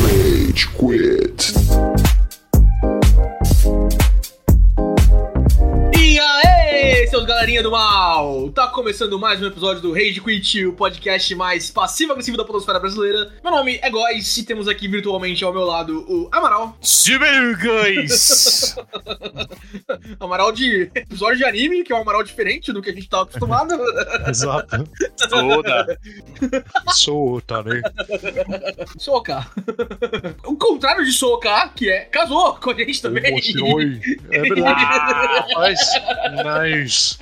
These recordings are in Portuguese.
Rage Quit. E aí, seus galerinha do mal! Tá começando mais um episódio do Rage Quit, o podcast mais passivo-agressivo da podosfera brasileira. Meu nome é Góis e temos aqui virtualmente ao meu lado o Amaral. Super guys! Amaral de episódio de anime, que é um Amaral diferente do que a gente tá acostumado. Exato. Toda! Sou tá, né? otário. Souka. O contrário de Souka, que é casou com a gente também. Mochiroi. É verdade. Mas, nice.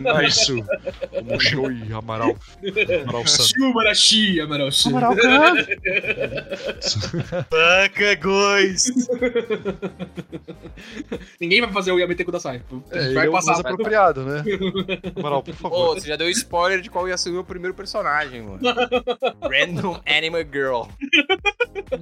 Nice. Mochiroi, Amaral. Amaral Santos. Shubarashi, Amaral. Amaral Khan. Baca guys! Ninguém vai fazer o Yamete Kudasai. É, ele vai é o mais passar. vai- apropriado, né? Amaral, por Pô, favor. você já deu spoiler de qual ia ser o meu primeiro personagem, mano. Random Anima Girl.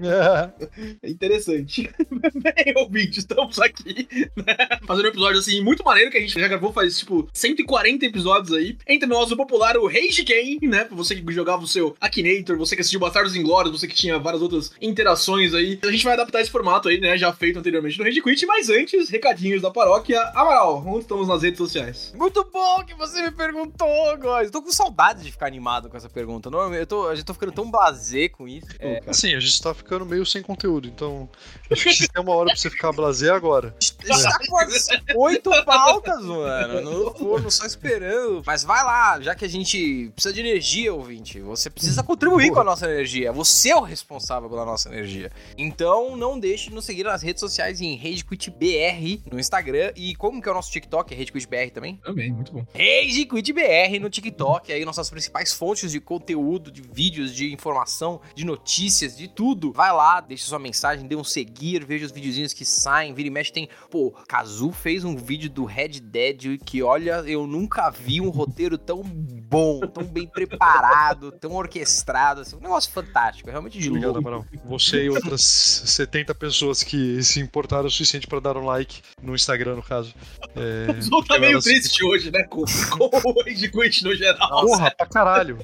É. É interessante. Bem, ouvinte, estamos aqui né, fazendo um episódio assim muito maneiro que a gente já gravou faz tipo 140 episódios aí. Entre nós, o popular, o Rage Ken, né? Pra você que jogava o seu Akinator, você que assistiu Bastardos Inglórios, você que tinha várias outras interações aí. A gente vai adaptar esse formato aí, né? Já feito anteriormente no Rage Quit, mas antes, recadinhos da paróquia. Amaral, onde estamos nas redes sociais? Muito bom que você me perguntou, guys. Tô com saudade de ficar animado com essa pergunta. Normalmente, eu tô, a gente tô ficando tão blasé com isso. É, Assim, a gente tá ficando meio sem conteúdo, então acho que se tem uma hora pra você ficar blazer agora. Está com as oito pautas, mano, no forno, só esperando. Mas vai lá, já que a gente precisa de energia, ouvinte. Você precisa contribuir com a nossa energia. Você é o responsável pela nossa energia. Então não deixe de nos seguir nas redes sociais em RageQuitBR no Instagram. E como que é o nosso TikTok? É RageQuitBR também? Também, muito bom. RageQuitBR no TikTok. Aí nossas principais fontes de conteúdo, de vídeos, de informação, de notícias, de tudo. Vai lá, deixa sua mensagem, dê um seguir, veja os videozinhos que saem. Vira e mexe tem... Pô, Kazu fez um vídeo do Red Dead que, olha, eu nunca vi um roteiro tão bom, tão bem preparado, tão orquestrado. Assim, um negócio fantástico, é realmente de Obrigado, louco. Amaral. Você e outras 70 pessoas que se importaram o suficiente pra dar um like no Instagram, no caso. É, O Zou tá chegaram meio a- triste hoje, né? Com, com o Rage Quit no geral. Porra, pra caralho.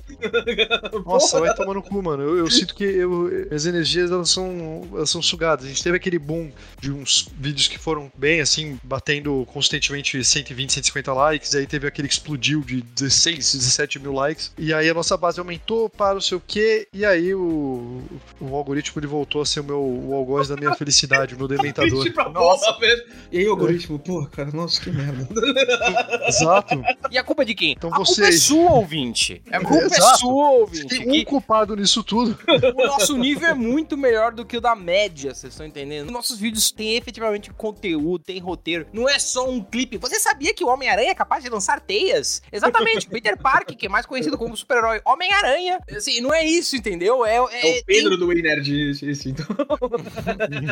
Nossa, vai tomar no cu, mano. Eu, eu sinto que eu, as energias elas são, elas são sugadas. A gente teve aquele boom de uns vídeos que foram bem, assim, batendo constantemente 120, 150 likes. Aí teve aquele que explodiu de 16, 17 mil likes. E aí a nossa base aumentou para não sei o quê. E aí o, o algoritmo ele voltou a ser o meu o algoz da minha felicidade, o meu dementador. Triste pra Nossa. porra, velho. E aí, algoritmo, pô, cara, nossa, que merda. Exato. E a culpa é de quem? Então a culpa é vocês- sua, ouvinte. A culpa é Exato. sua, ouvinte. Tem um que- culpado nisso tudo. O nosso nível é muito melhor do que o da média, vocês estão entendendo? Nossos vídeos têm efetivamente conteúdo, tem roteiro. Não é só um clipe. Você sabia que o Homem-Aranha é capaz de lançar teias? Exatamente. o Peter Park, que é mais conhecido como super-herói Homem-Aranha. Assim, não é isso, entendeu? É, É é, o Pedro do Way Nerd, esse, esse, então. tem-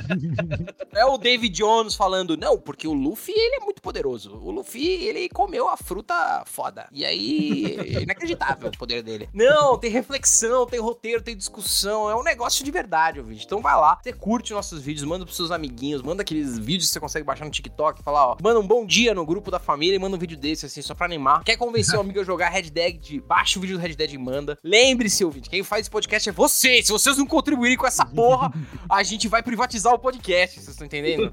é o David Jones falando, não, porque o Luffy, ele é muito poderoso. O Luffy, ele comeu a fruta foda. E aí, é inacreditável o poder dele. Não, tem reflexão, tem roteiro, tem discussão. É um negócio de verdade, ouvinte. Então vai lá, você curte nossos vídeos, manda pros seus amiguinhos, manda aqueles vídeos que você consegue baixar no TikTok, falar, ó, manda um bom dia no grupo da família e manda um vídeo desse, assim, só pra animar. Quer convencer um amigo a jogar Red Dead? Baixa o vídeo do Red Dead e manda. Lembre-se, ouvinte, quem faz esse podcast é vocês. Se vocês não contribuírem com essa porra, a gente vai privatizar o podcast, vocês estão entendendo?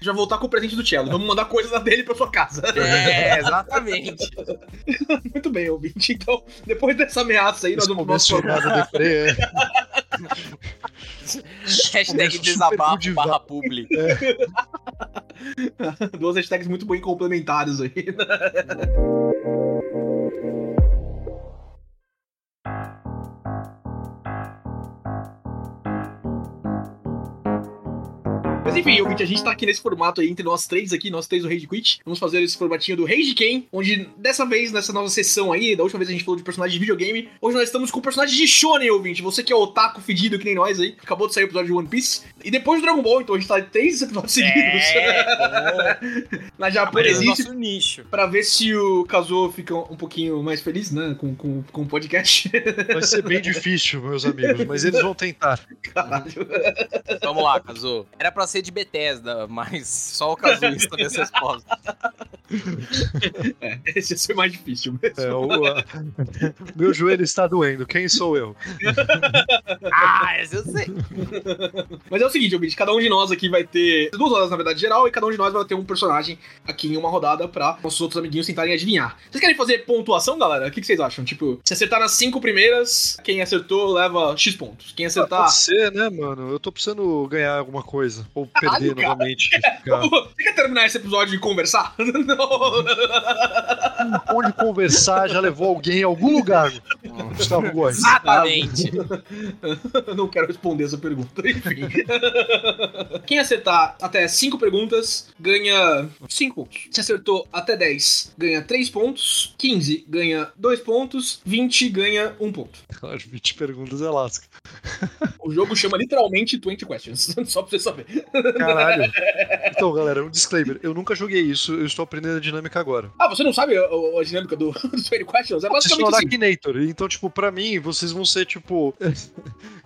Já voltar com o presente do Cello. Vamos mandar coisas dele pra sua casa. é, exatamente. Muito bem, ouvinte. Então, depois dessa ameaça aí, nós Esse vamos pro começo nosso foi nada deprê, é. Hashtag Super good desabafo vibe. barra publi. Duas hashtags muito bem complementares aí. Mas enfim, ouvinte, a gente tá aqui nesse formato aí, entre nós três aqui, nós três do Rage Quit. Vamos fazer esse formatinho do Rage Ken, onde dessa vez, nessa nova sessão aí, da última vez a gente falou de personagem de videogame, hoje nós estamos com personagem de Shonen, ouvinte. Você que é otaku fedido que nem nós aí, acabou de sair o episódio de One Piece. E depois do Dragon Ball, então a gente tá em três episódios seguidos. É, Na Japão Aparece o existe nosso nicho. Pra ver se o Kazuo fica um pouquinho mais feliz, né? Com, com, com o podcast. É. Vai ser bem difícil, meus amigos, mas eles vão tentar. Caralho. Vamos lá, Kazu. Era pra ser de Bethesda, mas só o Kazu está nessa resposta. Esse ia ser mais difícil mesmo. É, o- a- Meu joelho está doendo, quem sou eu? Ah, esse eu sei. Mas é o seguinte, ouvinte, cada um de nós aqui vai ter duas rodadas, na verdade, geral, e cada um de nós vai ter um personagem aqui em uma rodada pra nossos outros amiguinhos tentarem adivinhar. Vocês querem fazer pontuação, galera? O que, que vocês acham? Tipo, se acertar nas cinco primeiras, quem acertou leva X pontos. Quem acertar. Pode ser, né, mano? Eu tô precisando ganhar alguma coisa. Ou Caralho, perder cara. novamente. ficar- Você quer terminar esse episódio e conversar? Não. Onde conversar já levou alguém a algum lugar. Gustavo Góes. Exatamente. Não quero responder essa pergunta, enfim. Quem acertar até 5 perguntas ganha 5 pontos. Se acertou até 10, ganha 3 pontos. 15 ganha 2 pontos. 20 ganha 1 ponto. Claro, 20 perguntas é lasca. O jogo chama literalmente 20 questions, só pra você saber. Caralho. Então, galera, um disclaimer. Eu nunca joguei isso, eu estou aprendendo a dinâmica agora. Ah, você não sabe a, a- a dinâmica do, do 20 questions? É Vocês são basicamente assim. Akinator. Então, tipo, pra mim, vocês vão ser, tipo...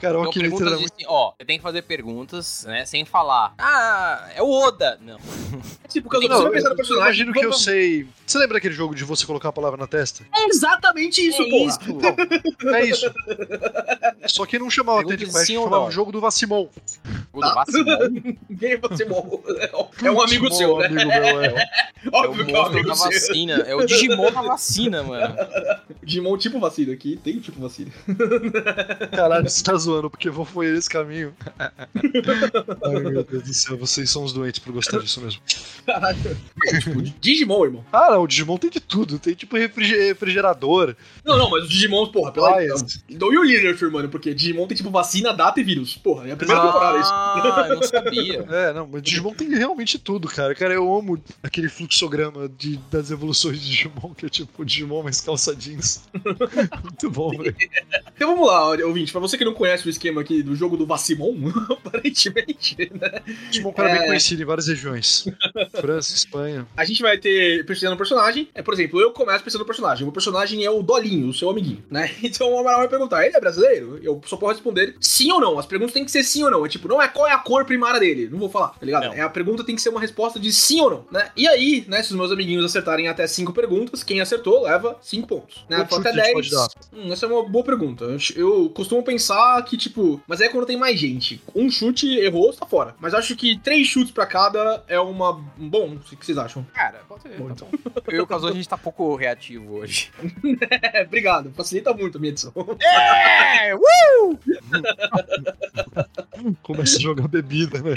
Cara, o Então, Akinator é perguntas muito... de, ó, você tem que fazer perguntas, né, sem falar. Ah, é o Oda. Não. Tipo, quando Não, é você vai eu, pensar no eu personagem. imagino que eu vamos- sei... Você lembra aquele jogo de você colocar a palavra na testa? É exatamente isso, É porra. isso. É isso. Só que não chamava Pergunta Tente de Quest, sim ou chamava não. jogo do Vacimon. Oda É vacilão. Ninguém você morre. É um amigo Vacimon, seu, né? amigo meu, é. É o Óbvio que é um monstro amigo da seu. vacina. É o Digimon da vacina, mano. Digimon tipo vacina aqui, tem tipo vacina. Caralho, você tá zoando, porque eu vou foi esse caminho. Ai, meu Deus do céu, vocês são os doentes por gostar disso mesmo. Tipo, Digimon, irmão. Ah, não, o Digimon tem de tudo. Tem, tipo, refrige- refrigerador. Não, não, mas os Digimons, porra, pela. Então, Ah, esse. Dou you literature, mano, porque Digimon tem tipo vacina, data e vírus. Porra, é a primeira temporada isso. Ah, eu não sabia. É, não, mas Digimon tem realmente tudo, cara. Cara, eu amo aquele fluxograma de, das evoluções de Digimon, que é tipo Digimon mais calça jeans. Muito bom, velho. Então vamos lá, olha, ouvinte, pra você que não conhece o esquema aqui do jogo do Vacimon, aparentemente, né? Digimon é um cara É. bem conhecido em várias regiões. França, Espanha. A gente vai ter pensando no personagem. É, por exemplo, eu começo pensando no personagem. O meu personagem é o Dolinho, o seu amiguinho, né? Então o Amaral vai perguntar: ele é brasileiro? Eu só posso responder sim ou não. As perguntas têm que ser sim ou não. É tipo, não é qual é a cor primária dele. Não vou falar, tá ligado? Não. É a pergunta tem que ser uma resposta de sim ou não, né? E aí, né, se os meus amiguinhos acertarem até cinco perguntas, quem acertou leva cinco pontos. Né? Quantos Até chutes a gente 10. pode dar? Hum, essa é uma boa pergunta. Eu ch- Eu costumo pensar que, tipo, mas é quando tem mais gente. Um chute errou, tá fora. Mas acho que três chutes pra cada é uma. Bom, o que vocês acham? Cara, pode ser. Tá bom. Eu e o Caso, a gente tá pouco reativo hoje. É, obrigado. Facilita muito a minha edição. É! uh! Hum, Começa a jogar bebida, né?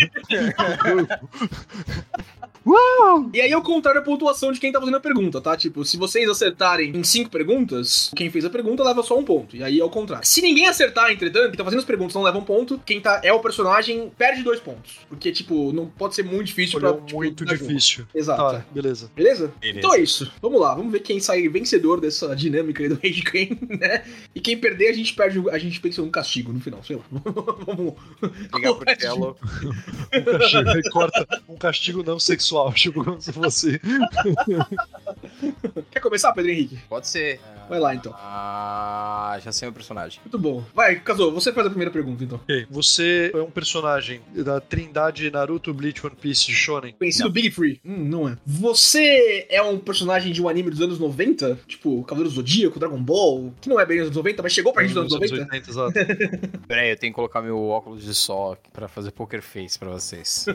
E aí eu contrário a pontuação de quem tá fazendo a pergunta, tá? Tipo, se vocês acertarem em cinco perguntas, quem fez a pergunta leva só um ponto. E aí é o contrário. Se ninguém acertar, entretanto, quem tá fazendo as perguntas não leva um ponto, quem tá é o personagem perde dois pontos. Porque, tipo, não pode ser muito difícil Olhou pra. Tipo, é muito dar jogo. difícil. Exato. Tá, beleza. Beleza? Beleza. Então é isso. Vamos lá, vamos ver quem sai vencedor dessa dinâmica aí do Rage Queen, né? E quem perder, a gente perde, o- a gente pensa um castigo no final, sei lá. vamos. Ligar pro Telo. Um castigo, aí corta um castigo não sexual, tipo, como se fosse. Quer começar, Pedro Henrique? Pode ser. Vai lá então. Ah, já sei o personagem. Muito bom. Vai, Casou, você faz a primeira pergunta então. Ok, Você é um personagem da trindade Naruto, Bleach, One Piece de Shonen. Conhecido Big Free. Hum, não é. Você é um personagem de um anime dos anos 90? Tipo, Cavaleiro do Zodíaco, Dragon Ball, que não é bem dos anos 90, mas chegou pra gente dos anos 90? 80, exato. Pera aí, eu tenho que colocar meu óculos de sol aqui pra fazer poker face pra vocês.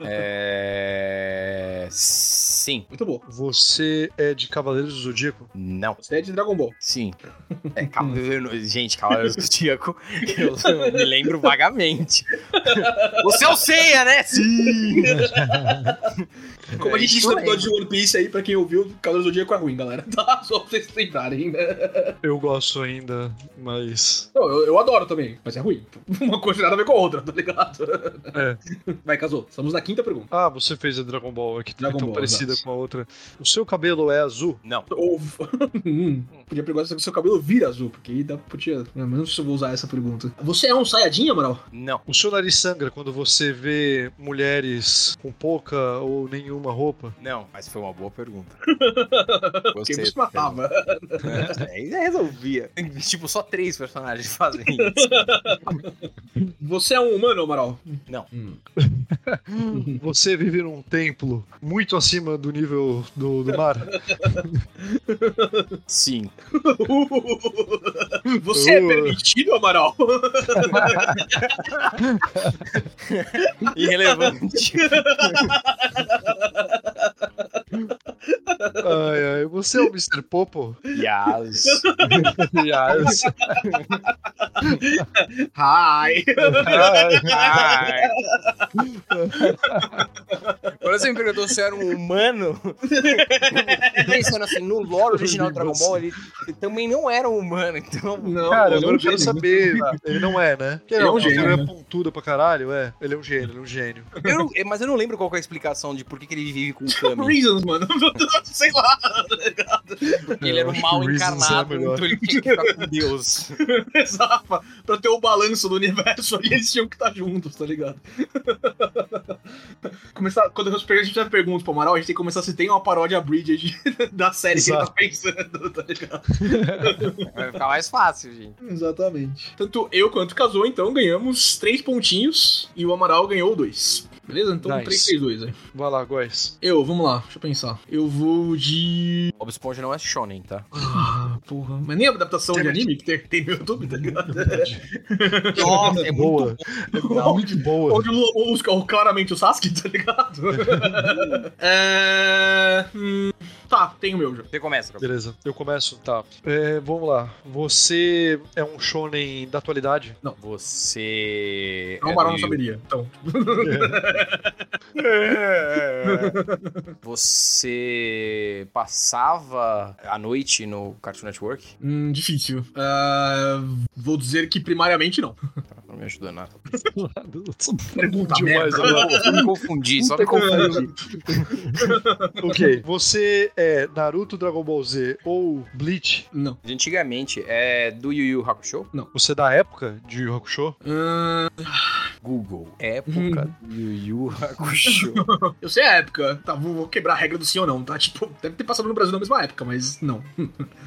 é... Sim. Muito bom. Você é de Cavaleiros do Zodíaco? Não. Você é de Dragon Ball. Sim. É, Cavaleiro... Gente, Cavaleiros do Zodíaco, eu me lembro vagamente. Você é o Seiya, né? Sim! Como a gente isso disse no eu episódio de One Piece aí, pra quem ouviu, Cavaleiro do Zodíaco é ruim, galera. Tá? Só pra vocês lembrarem, né? Eu gosto ainda, mas. Não, eu, eu adoro também, mas é ruim. Uma coisa tem nada a ver com a outra, tá ligado? Vai, Casou, estamos na quinta pergunta. é. Ah, você fez a Dragon Ball aqui, Dragon tão Ball, parecida exato. com a outra. O seu cabelo é azul? Não. Ou. Hum, podia perguntar se o seu cabelo vira azul, porque aí dá, podia. Não, mas não sei se eu vou usar essa pergunta. Você é um Saiyajin, Amaral? Não. O seu nariz sangra quando você vê mulheres com pouca ou nenhuma roupa? Não, mas foi uma boa pergunta. Porque Gostei você dessa matava. pergunta. É, Aí já resolvia. Tipo, só três personagens fazem isso. Você é um humano, Amaral? Não. Hum. Você vive num templo muito acima do nível do, do mar. Sim. Você é Uh. permitido, Amaral? Irrelevante. Ai, ai. Você é o Mr. Popo? Yes. Yes. Hi! Ai. Quando você me perguntou se eu era um humano, eu tô pensando assim, no lore original do Dragon Ball, ele, ele também não era um humano, então. Não, Cara, ele é agora um eu quero gênio. saber. Ele não é, né? Ele é um gênio, Ele é né? pontudo pra caralho, é. Ele é um gênio, ele é um gênio. Eu não- mas eu não lembro qual que é a explicação de por que, que ele vive com o Kami. Reasons, mano. Sei lá. Porque ele era um acho mal que o Reasons é encarnado, melhor. então ele tinha que ficar com Deus. Exato. Pra ter o balanço do universo ali, eles tinham que estar juntos, tá ligado? começar, quando eu pergunto, a gente já pergunta pro Amaral, a gente tem que começar se tem uma paródia bridge de- da série Exato. que ele tá pensando, tá ligado? Vai ficar mais fácil, gente. Exatamente. Tanto eu quanto o Kazô, então, ganhamos três pontinhos e o Amaral ganhou dois. Beleza? Então, Nice. 3, 3, 2 aí. Vai lá, Góis. Eu, vamos lá, deixa eu pensar. Eu vou de. Bob Esponja não é shonen, tá? Ah, porra. Mas nem a adaptação de anime que tem, tem no YouTube, tá ligado? É Nossa, é muito boa. É muito boa. Onde o, o, o- claramente o Sasuke, tá ligado? é... hum, tá, tem o meu já. Você começa, Gabriel. Beleza, eu começo. Tá. É, vamos lá. Você é um shonen da atualidade? Você. é Não, o É, Barão não saberia. Então, Você passava a noite no Cartoon Network? hum, difícil. É, vou dizer que primariamente não. Não me ajudou nada. Puta Demais, merda. olha lá. Só me confundi, é só me confundi. ok. Você é Naruto, Dragon Ball Z ou Bleach? Não. De Antigamente, é do Yu Yu Hakusho? Você é da época de Yu Hakusho? Hum, Google. Época do Yu Yu Hakusho. eu sei a época. Tá, vou, vou quebrar a regra do sim ou não, tá? Tipo, deve ter passado no Brasil na mesma época, mas não.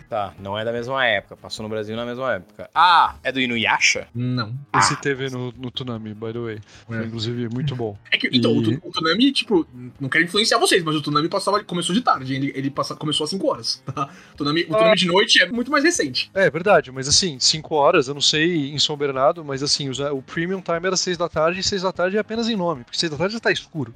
tá, não é da mesma época. Passou no Brasil na mesma época. Ah, é do Inuyasha? Não. Esse teve no, no Tsunami, by the way. Foi, É. inclusive, muito bom. É que, então, E- o Tu- o Tsunami, tipo, não quero influenciar vocês, mas o Tsunami passava, começou de tarde, ele, ele passa, começou às 5 horas, tá? O Tsunami, o Tsunami de noite é muito mais recente. É verdade, mas assim, 5 horas, eu não sei em São Bernardo, mas assim, os- o premium time era 6 da tarde e 6 da tarde é apenas em nome, porque 6 da tarde já tá escuro.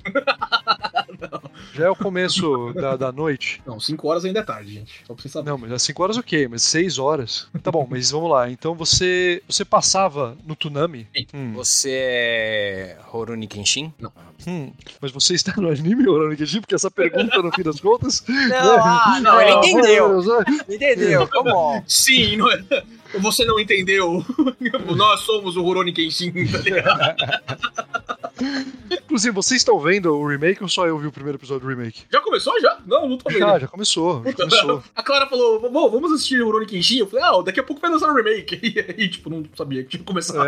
já é o começo da, da noite. Não, 5 horas ainda é tarde, gente. Só pra vocês saberem. Não, mas 5 horas ok, mas 6 horas. Tá bom, mas vamos lá. Então você você passava no Tsunami, Sim. Hum, Você é Horoni Kenshin? hum, mas você está no anime, Orangueji? Porque essa pergunta, no fim das contas. né? Não, ah, não, ele entendeu. Entendeu, come on. Sim, não é- você não entendeu. Nós somos o Rurouni Kenshin, tá ligado? Inclusive, vocês estão vendo o remake ou só eu vi o primeiro episódio do remake? Ah, Já começou? Já? Não, não tô vendo. Já, já começou, já começou. A Clara falou, bom, vamos assistir o Rurouni Kenshin? Eu falei, ah, daqui a pouco vai lançar um remake. E aí, tipo, não sabia que tinha Ah, começado.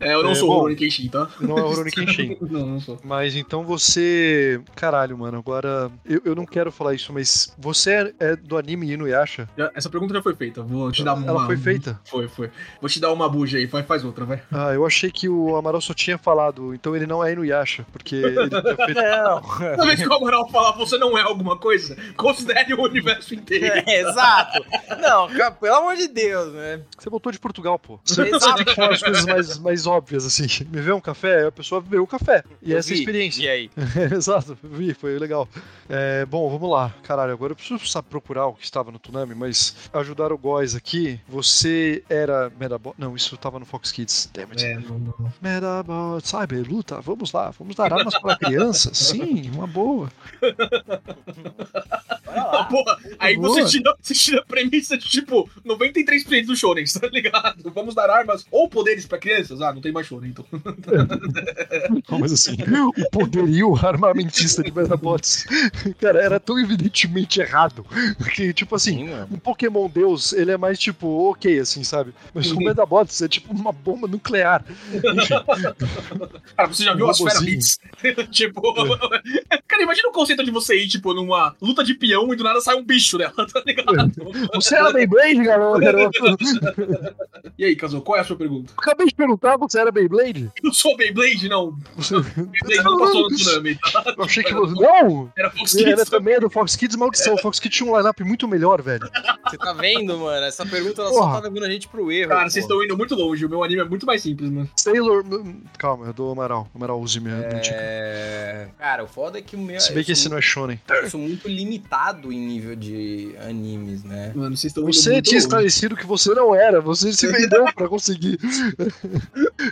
É, É, eu não É, sou o bom. Rurouni Kenshin, tá? não é o Rurouni Kenshin. Não, não sou. Mas então você. Caralho, mano, agora. Eu, eu não quero falar isso, mas você é, é do anime Inuyasha? Já- essa pergunta já foi feita, vou te dar uma... Ela foi feita? Foi, foi. Vou te dar uma buja aí, vai, faz outra, vai. Ah, eu achei que o Amaral só tinha falado, então ele não é Inuyasha, porque ele tinha feito. Não. É. Toda vez que o Amaral falar você não é alguma coisa, considere o universo inteiro. É, exato. Não, ca- pelo amor de Deus, né? Você voltou de Portugal, pô. Você Exato. tem que falar as coisas mais, mais óbvias, assim. Me vê um café, a pessoa bebeu o café. E Eu essa é a vi. experiência. E aí? Exato, vi, foi legal. É, bom, vamos lá. Caralho, agora eu preciso sa- procurar o que estava no Tsunami, mas ajudar o Góis aqui. Você era Metabot. Não, isso estava no Fox Kids. Damn É. it. É, não, não. Metabot, sabe, luta, vamos lá, vamos dar armas para crianças. Sim, uma boa. Ah, porra, aí Tá boa. você tira, você tira a premissa de tipo 93% do shonen, tá ligado? Vamos dar armas ou poderes pra crianças? Ah, não tem mais shonen, então. Não, mas assim, o poderio armamentista de Metabots, cara, era tão evidentemente errado. Que, tipo assim, mano. um Pokémon Deus, ele é mais tipo, ok, assim, sabe? Mas o Metabots é tipo uma bomba nuclear. Enfim. Cara, você já viu Um as Fera robozinho. É. Beats? tipo, Cara, imagina o conceito de você ir, tipo, numa luta de peão e do nada sai um bicho dela, tá ligado? Você era Beyblade, garoto? e aí, Kazu, qual é a sua pergunta? Acabei de perguntar, você era Beyblade? Eu sou Beyblade? Não. Beyblade não passou no tsunami, tá? Eu achei que você. Não! Era Fox Ele Kids. era também Medo, Fox Kids, maldição. O Fox Kids tinha um lineup muito melhor, velho. Você tá vendo, mano? Essa pergunta ela Porra. só tá levando a gente pro erro. Cara, vocês pô. estão indo muito longe. O meu anime é muito mais simples, mano. Sailor. Moon- Calma, eu dou Amaral. Amaral use minha minha dica. É... Cara, o foda é que o meu. tipo- Se bem que eu esse sou não é Shonen. muito- eu sou muito limitado em nível de animes, né? Mano, vocês estão indo Você é muito tinha longe. esclarecido que você não era, você se vendeu pra conseguir.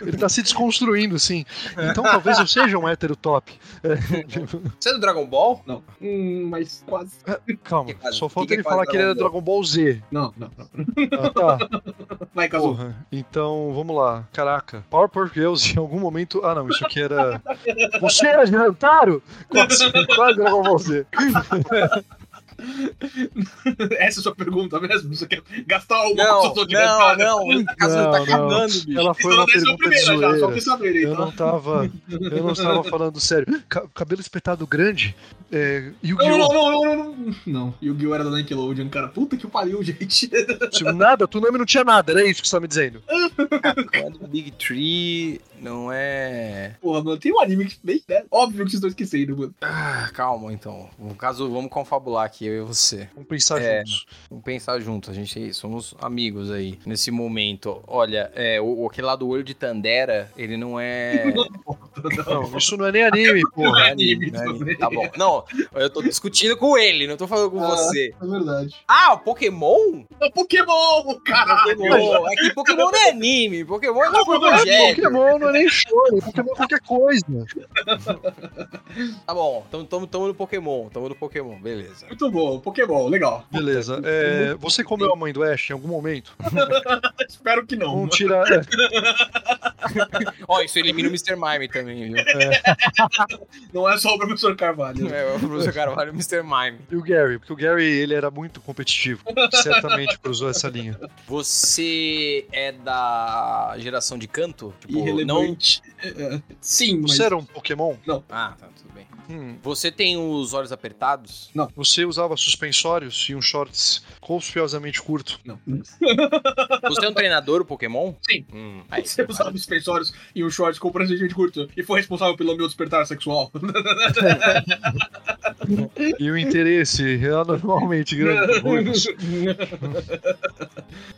Ele tá se desconstruindo, sim. Então talvez eu seja um hétero top. Hum. Você é do Dragon Ball? Não. Hum, mas quase. Calma, Que quase- só que falta que ele quase falar que ele era Dragon Dragon Ball Z. Não, não, não. Ah, tá. Vai, Kazu. Porra. Então, vamos lá. Caraca. Powerpuff Girls em algum momento. Ah, não, isso aqui era. Você era de Rantaro? Quase, quase Dragon Ball Z. Essa é a sua pergunta mesmo? Você quer gastar alguma Não, coisa de não, gastar? não. O caso Não, tá não. cagando, bicho. Então Ela Isso foi uma não é a pergunta de primeira já, só pra zoeira. vocês saberem. Eu tá? não tava. Eu não estava falando sério. Ca- cabelo espetado grande. É, Não, Yu-Gi-Oh! não, não, não, não, não. Não, Yu-Gi-Oh! era da Nickelodeon, cara. Puta que pariu, gente. Tipo, Nada, Tsunami não tinha nada, era isso que você tá me dizendo. Não é do Big Tree, não é. Porra, mano, tem um anime que bem, né? Óbvio que vocês estão esquecendo, mano. Ah, calma então. No caso, vamos confabular aqui, eu e você. Vamos pensar É. juntos. Vamos pensar junto, a gente é somos amigos aí nesse momento. Olha, é, o, o- aquele lá do olho de Tandera, ele não é. Não, isso não é nem anime, Não porra. é anime, não é anime. Tá bom. Não, eu tô discutindo com ele, não tô falando com Ah. você. É verdade. Ah, o Pokémon? É Pokémon, caralho! Pokémon. É que Pokémon não é anime, Pokémon é Não, não é projeto. Ah, Pokémon não é nem show, Pokémon é qualquer coisa. Tá bom, tamo, tamo, tamo no Pokémon, tamo no Pokémon, beleza. Muito bom, Pokémon, legal. Beleza. é, você comeu a mãe do Ash em algum momento? Espero que não. Vamos tirar. é, Ó, isso elimina o Mr. Mime também, viu? Não é só o professor Carvalho. É, o professor Carvalho e o Mr. Mime. E o Gary, porque o Gary ele era muito competitivo. Certamente cruzou essa linha. Você é da geração de canto? Tipo, não. Irrelevante. É, é. Sim, mas... Você era um Pokémon? Ah, tá, tudo bem. Hum, Você tem os olhos apertados? você usava suspensórios e um shorts conspicuosamente curto. Não. Você é um treinador Pokémon? Sim. Hum, aí, Você usava suspensórios e um short com prancha de curto e foi responsável pelo meu despertar sexual. E o interesse anormalmente grande. por ruivos.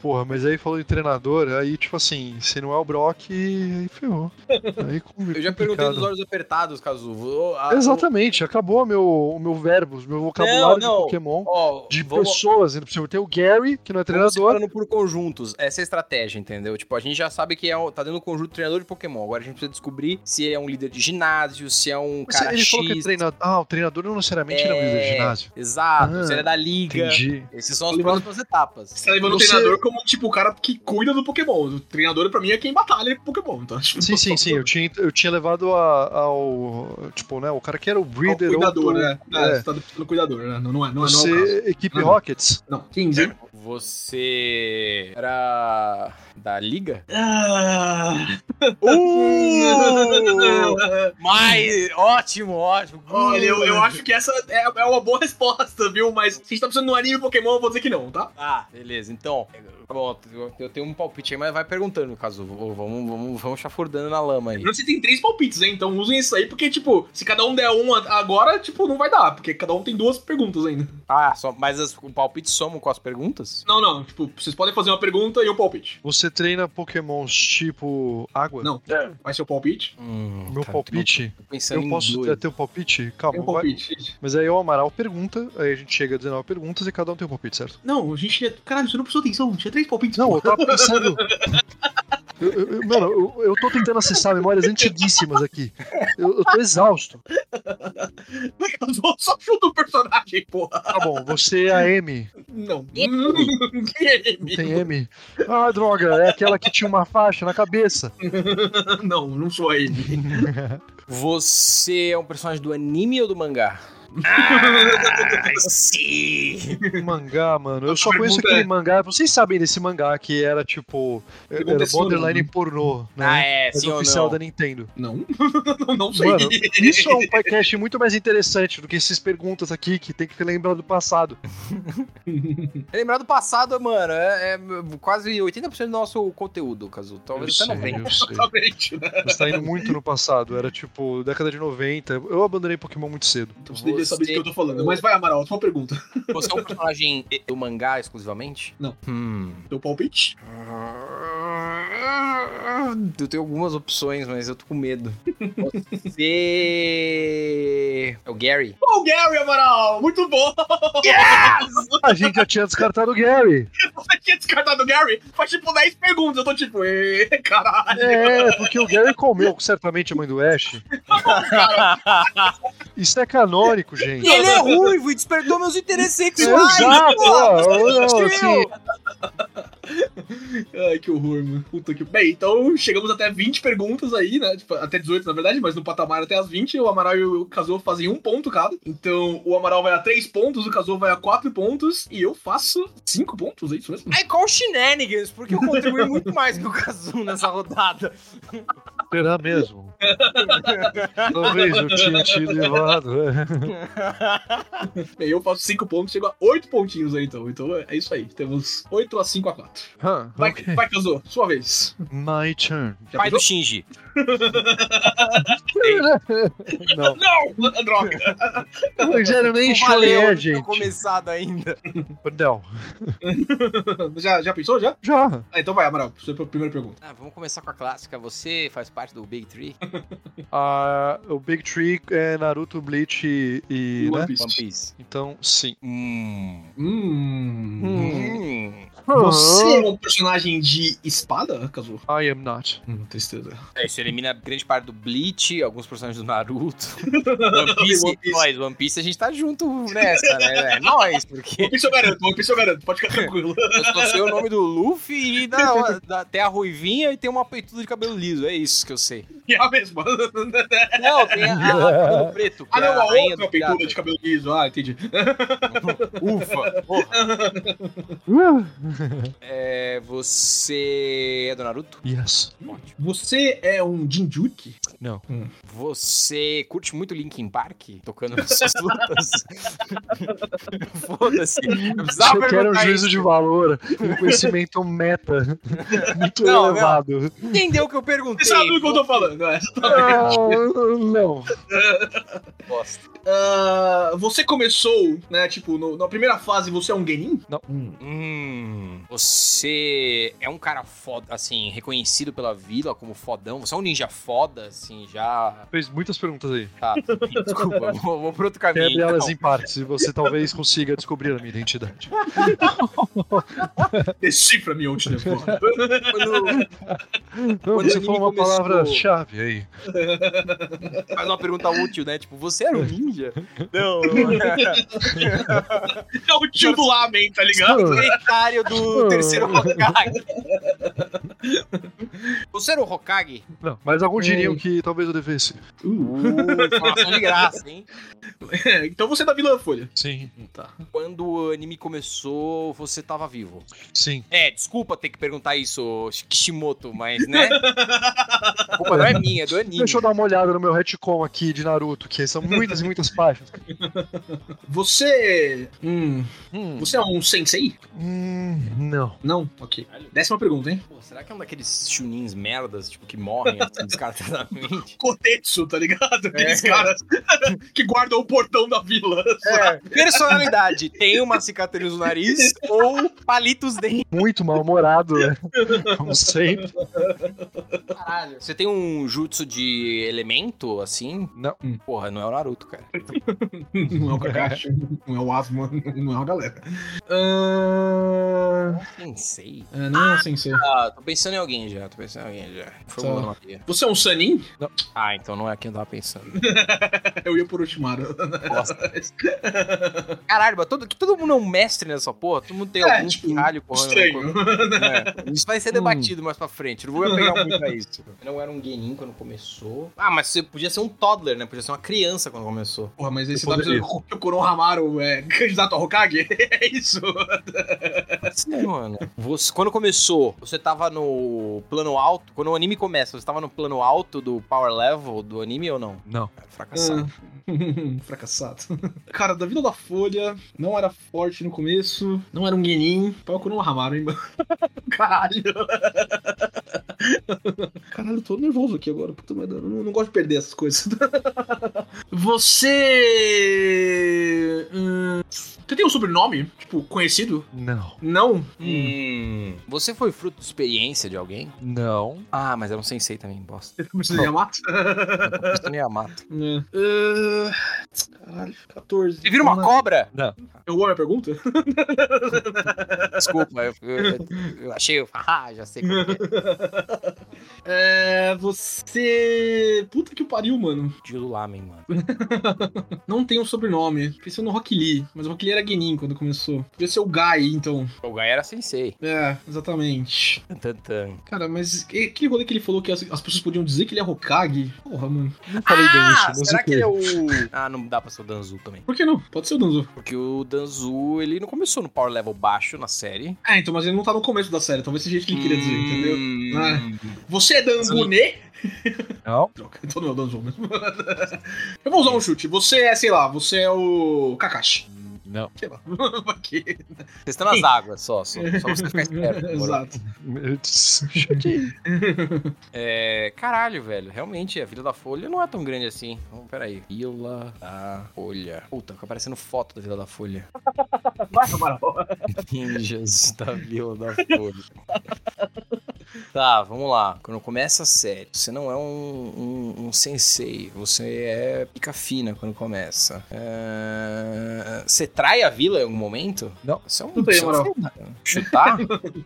Porra, mas aí falou de treinador, aí tipo assim, se não é o Brock, aí ferrou. Aí complicado. eu já perguntei dos olhos apertados, Cazu. Vou- a- Exatamente, acabou meu, o meu verbo, o meu vocabulário Não, não. de Pokémon. Ó, De vamos- pessoas, ainda por cima. Tem o Gary, que não é Vamos treinador. separando por conjuntos. Essa é a estratégia, entendeu? Tipo, a gente já sabe que é um, tá dentro do conjunto treinador de Pokémon. Agora a gente precisa descobrir se é um líder de ginásio, se é um Mas cara ele X. falou que é treinador. Ah, o treinador não necessariamente era um líder de É, ginásio. Exato, Ah, se ele é da liga. Entendi. Esses são as próximas etapas. Você tá levando Você- o treinador como, tipo, o cara que cuida do Pokémon. O treinador, pra mim, é quem batalha Pokémon, tá? Tipo, Sim, sim, sim. Eu tinha, eu tinha levado a- ao. Tipo, né? O cara que era o é o breeder. ou cuidador, o- né? É, é. você tá do cuidador, né? Não, não é, não é, não é o caso. Você, equipe Não. Rockets. Não, 15. Você era da liga? Ah, Uh! Mas ótimo, ótimo. Olha, eu, eu acho que essa é, é uma boa resposta, viu? Mas se a gente tá precisando de um anime Pokémon, eu vou dizer que não, tá? Ah, beleza. Então, pronto. Eu- Eu tenho um palpite aí, mas vai perguntando, caso. Vamos, vamos, vamos chafurdando na lama aí. Lembrando que você tem três palpites, hein? Então usem isso aí, porque, tipo, se cada um der um a- agora, tipo, não vai dar, porque cada um tem duas perguntas ainda. Ah, só, mas as, o palpite somam com as perguntas? Não, não, tipo, vocês podem fazer uma pergunta e um palpite. Você treina Pokémons tipo água? Não. Vai ser o palpite? Hum, Meu cara, palpite? Tô pensando Eu em posso dois. ter o palpite? Calma, Tem um Tá vai- palpite. Mas aí o Amaral pergunta, aí a gente chega a 19 perguntas e cada um tem um palpite, certo? Não, a gente tinha. Caralho, você não prestou atenção, tinha três palpites. Não, eu tava pensando. Eu- eu- eu- mano, eu, eu tô tentando acessar memórias antiguíssimas aqui. Eu, eu tô exausto. Só chuta o personagem, porra. Tá bom, você é a M. Não. Quem é Não M? tem M? Ah, droga, é aquela que tinha uma faixa na cabeça. Não, não sou a M. Você é um personagem do anime ou do mangá? Ah, sim! Mangá, mano. Eu A só conheço pergunta aquele é- mangá. Vocês sabem desse mangá que era tipo. Era aconteceu, borderline pornô, né? Ah, é, Mas sim ou oficial não? da Nintendo. Não, não, não sei. Mano, Isso é um podcast muito mais interessante do que essas perguntas aqui que tem que lembrar do passado. É Lembrar do passado, mano, é, é quase 80% do nosso conteúdo, Cazu. Talvez até eu sei, eu 90. sei. Exatamente, né? Mas tá indo muito no passado. Era tipo década de 90. Eu abandonei Pokémon muito cedo. Então você devia saber do Você- que eu tô falando. Mas vai, Amaral, sua pergunta. Você é um personagem do mangá exclusivamente? Não. Hum. Teu palpite? Eu tenho algumas opções, mas eu tô com medo. Você. É o Gary? Ô, Gary Amaral! Muito bom! A gente já tinha descartado o Gary. Você tinha descartado o Gary? Faz tipo 10 perguntas. Eu tô tipo, ê, caralho. É, porque o Gary comeu certamente a mãe do Ash. Isso é canônico, gente. É Ele é ruivo e despertou meus interesses sexuais! Exato! é, porra! tá ó, ó, assim, Ai, que horror, mano. Puta que. Bem, então chegamos até 20 perguntas aí, né? Tipo, até 18, na verdade, mas no patamar até as 20. O Amaral e o Kazuo fazem um ponto cada. Então o Amaral vai a 3 pontos, o Kazuo vai a 4 pontos e eu faço 5 pontos, é isso mesmo? I call shenanigans, porque eu contribuí muito mais que o Kazu nessa rodada. Será mesmo? Talvez eu tinha te levado. é. Bem, eu faço 5 pontos, chego a 8 pontinhos aí, então. Então é isso aí. Temos 8 a 5 a 4. Huh, Vai, ok. vai Kazuo, sua vez. My turn. Já Pai do pensou? Shinji. Não, Não! Droga! o Rogério nem Valeu, chaleia, não tinha gente. começado ainda. Não. já, já pensou? Já? Já. Ah, então vai, Amaral, sua primeira pergunta. Ah, vamos começar com a clássica. Você faz parte do Big Three? Ah, o Big Tree é Naruto, Bleach e. e, One né? Piece. One Piece. Então, sim. Hum. Hum. Hum. Ah. Você é um personagem de espada, Kazuo? I am not. Hum, tristeza. É, isso elimina grande parte do Bleach, alguns personagens do Naruto. One Piece, One Piece. nós, One Piece, a gente tá junto nessa, né? É nós, porque One Piece eu garanto, One Piece eu garanto, pode ficar tranquilo. eu só sei o nome do Luffy e da, da, tem a Ruivinha e tem uma peituda de cabelo liso, é isso que eu sei. É a mesma. Não, tem a, a cabelo preto. que Ah, é não, a rainha outra do pintura pirata. de cabelo liso. Ah, entendi. Ufa, porra. Uh, É, você é do Naruto? yes. Você é um Jinjuki? Você curte muito Linkin Park? Tocando nessas lutas? Foda-se. Eu precisava eu quero um perguntar juízo isso. de valor, um conhecimento meta muito Não, não. elevado. Entendeu o que eu perguntei? Você sabe do que eu tô falando, né? Ah, não. Bosta. Ah, você começou, né, tipo, no- na primeira fase você é um genin? Hum, você é um cara foda, assim, reconhecido pela vila como fodão. Você é um ninja foda, assim, já. Fez muitas perguntas aí. Tá, desculpa, vou, vou pro outro caminho. Quebre elas então. em partes e você talvez consiga descobrir a minha identidade. Decifra-me, eu te devolvo. Quando- Não, Quando você o falou uma anime começou- palavra-chave aí. faz uma pergunta útil, né? Tipo, você era um ninja? Não, não. É o tio do lamen, tá ligado? um secretário do terceiro Hokage. Você era o Hokage? Não, mas alguns diriam que talvez eu devesse. Uh, informação de graça, hein? É, então você é da Vila Folha. Sim, Tá. Quando o anime começou, você tava vivo. sim. É, desculpa ter que perguntar isso, Kishimoto, mas, né? A culpa não é minha, é do anime. Deixa eu dar uma olhada no meu retcon aqui de Naruto, que são muitas e muitas páginas. Você. Hum, Hum, você é um sensei? hum, não. Não? Ok. Décima pergunta, hein? Pô, será que é um daqueles chunins merdas, tipo, que morrem assim, descartadamente? Kotetsu, tá ligado? Aqueles caras que guardam o portão da vila. É, personalidade, tem uma cicatriz no nariz ou palitos dentes. Muito mal-humorado, né? Como sempre. Caralho. Você tem um jutsu de elemento, assim? Não. Hum. Porra, não é o Naruto, cara. Não é o Kakashi, não é o Asuma, não é a galera. Ah, Nem sei. é, não é sensei. Ah, tô pensando em alguém já, tô pensando em alguém já. Formulando aqui. Você é um Sanin? Ah, então não é quem eu tava pensando. Eu ia por Ultimaru. Caralho, mas todo, que todo mundo é um mestre nessa porra, todo mundo tem É, algum tipo, pirralho, porra. né? Estranho. Hum. É, isso vai ser debatido mais pra frente, não vou pegar muito pra isso. isso. Eu não era um genin quando começou. Ah, mas você podia ser um toddler, né? Podia ser uma criança quando começou. Porra, mas aí você Eu tá poderia. pensando que o Koron Hamaru é candidato a Hokage? É isso. Sim, mano. Você, quando começou, você tava no plano alto. Quando o anime começa, você tava no plano alto do power level do anime ou não? Não. Cara, fracassado. Ah. Fracassado. Cara, da Vila da Folha não era forte no começo, não era um guenin. Pau Koron Hamaru, hein, mano? Caralho. Caralho, eu tô nervoso aqui agora. Puta merda, eu não, não gosto de perder essas coisas. Você. hum, Você tem um sobrenome, tipo, conhecido? Não. Não? Hum. Você foi fruto de experiência de alguém? Não. Ah, mas era um sensei também, bosta. é Precisa de Yamato? Eu nem amato. Ah, Caralho, é. 14. Você vira uma cobra? Eu amo a pergunta? Desculpa, eu, eu- eu achei. Ah, já sei como é. que é. É. Você. Puta que o pariu, mano. De Lulamen, mano. Não tem um sobrenome. Pensei no Rock Lee, mas o Rock Lee era Genin quando começou. Podia ser o Gai, então. O Gai era sensei. É, exatamente. Tan, tan. Cara, mas e- aquele rolê que ele falou que as, as pessoas podiam dizer que ele é Hokage. Porra, mano. Não falei bem isso, mas será o quê? que ele é o. Ah, não dá pra ser o Danzu também. Por que não? Pode ser o Danzo. Porque o Danzu, ele não começou no power level baixo na série. É, então, mas ele não tá no começo da série. Talvez seja isso que ele queria dizer, entendeu? Hum. Você é Dambunê? Não. Droga, então não é o Danzo mesmo. Eu vou usar um chute. Você é, sei lá, você é o Kakashi. Não. Sei lá. Pra quê? Vocês estão nas águas só, só, só você ficar esperto. demorou? Exato. É, caralho, velho. Realmente, a Vila da Folha não é tão grande assim. Então, peraí. Vila da Folha. Puta, fica aparecendo foto da Vila da Folha. Vai, Amaral. Ninjas da Vila da Folha. Tá, vamos lá. Quando começa a série, você não é um, um- um sensei, você é pica fina quando começa. É, Você trai a vila em algum momento? Não. Você é um, Tudo aí, você é um Amaral. merda. Chutar?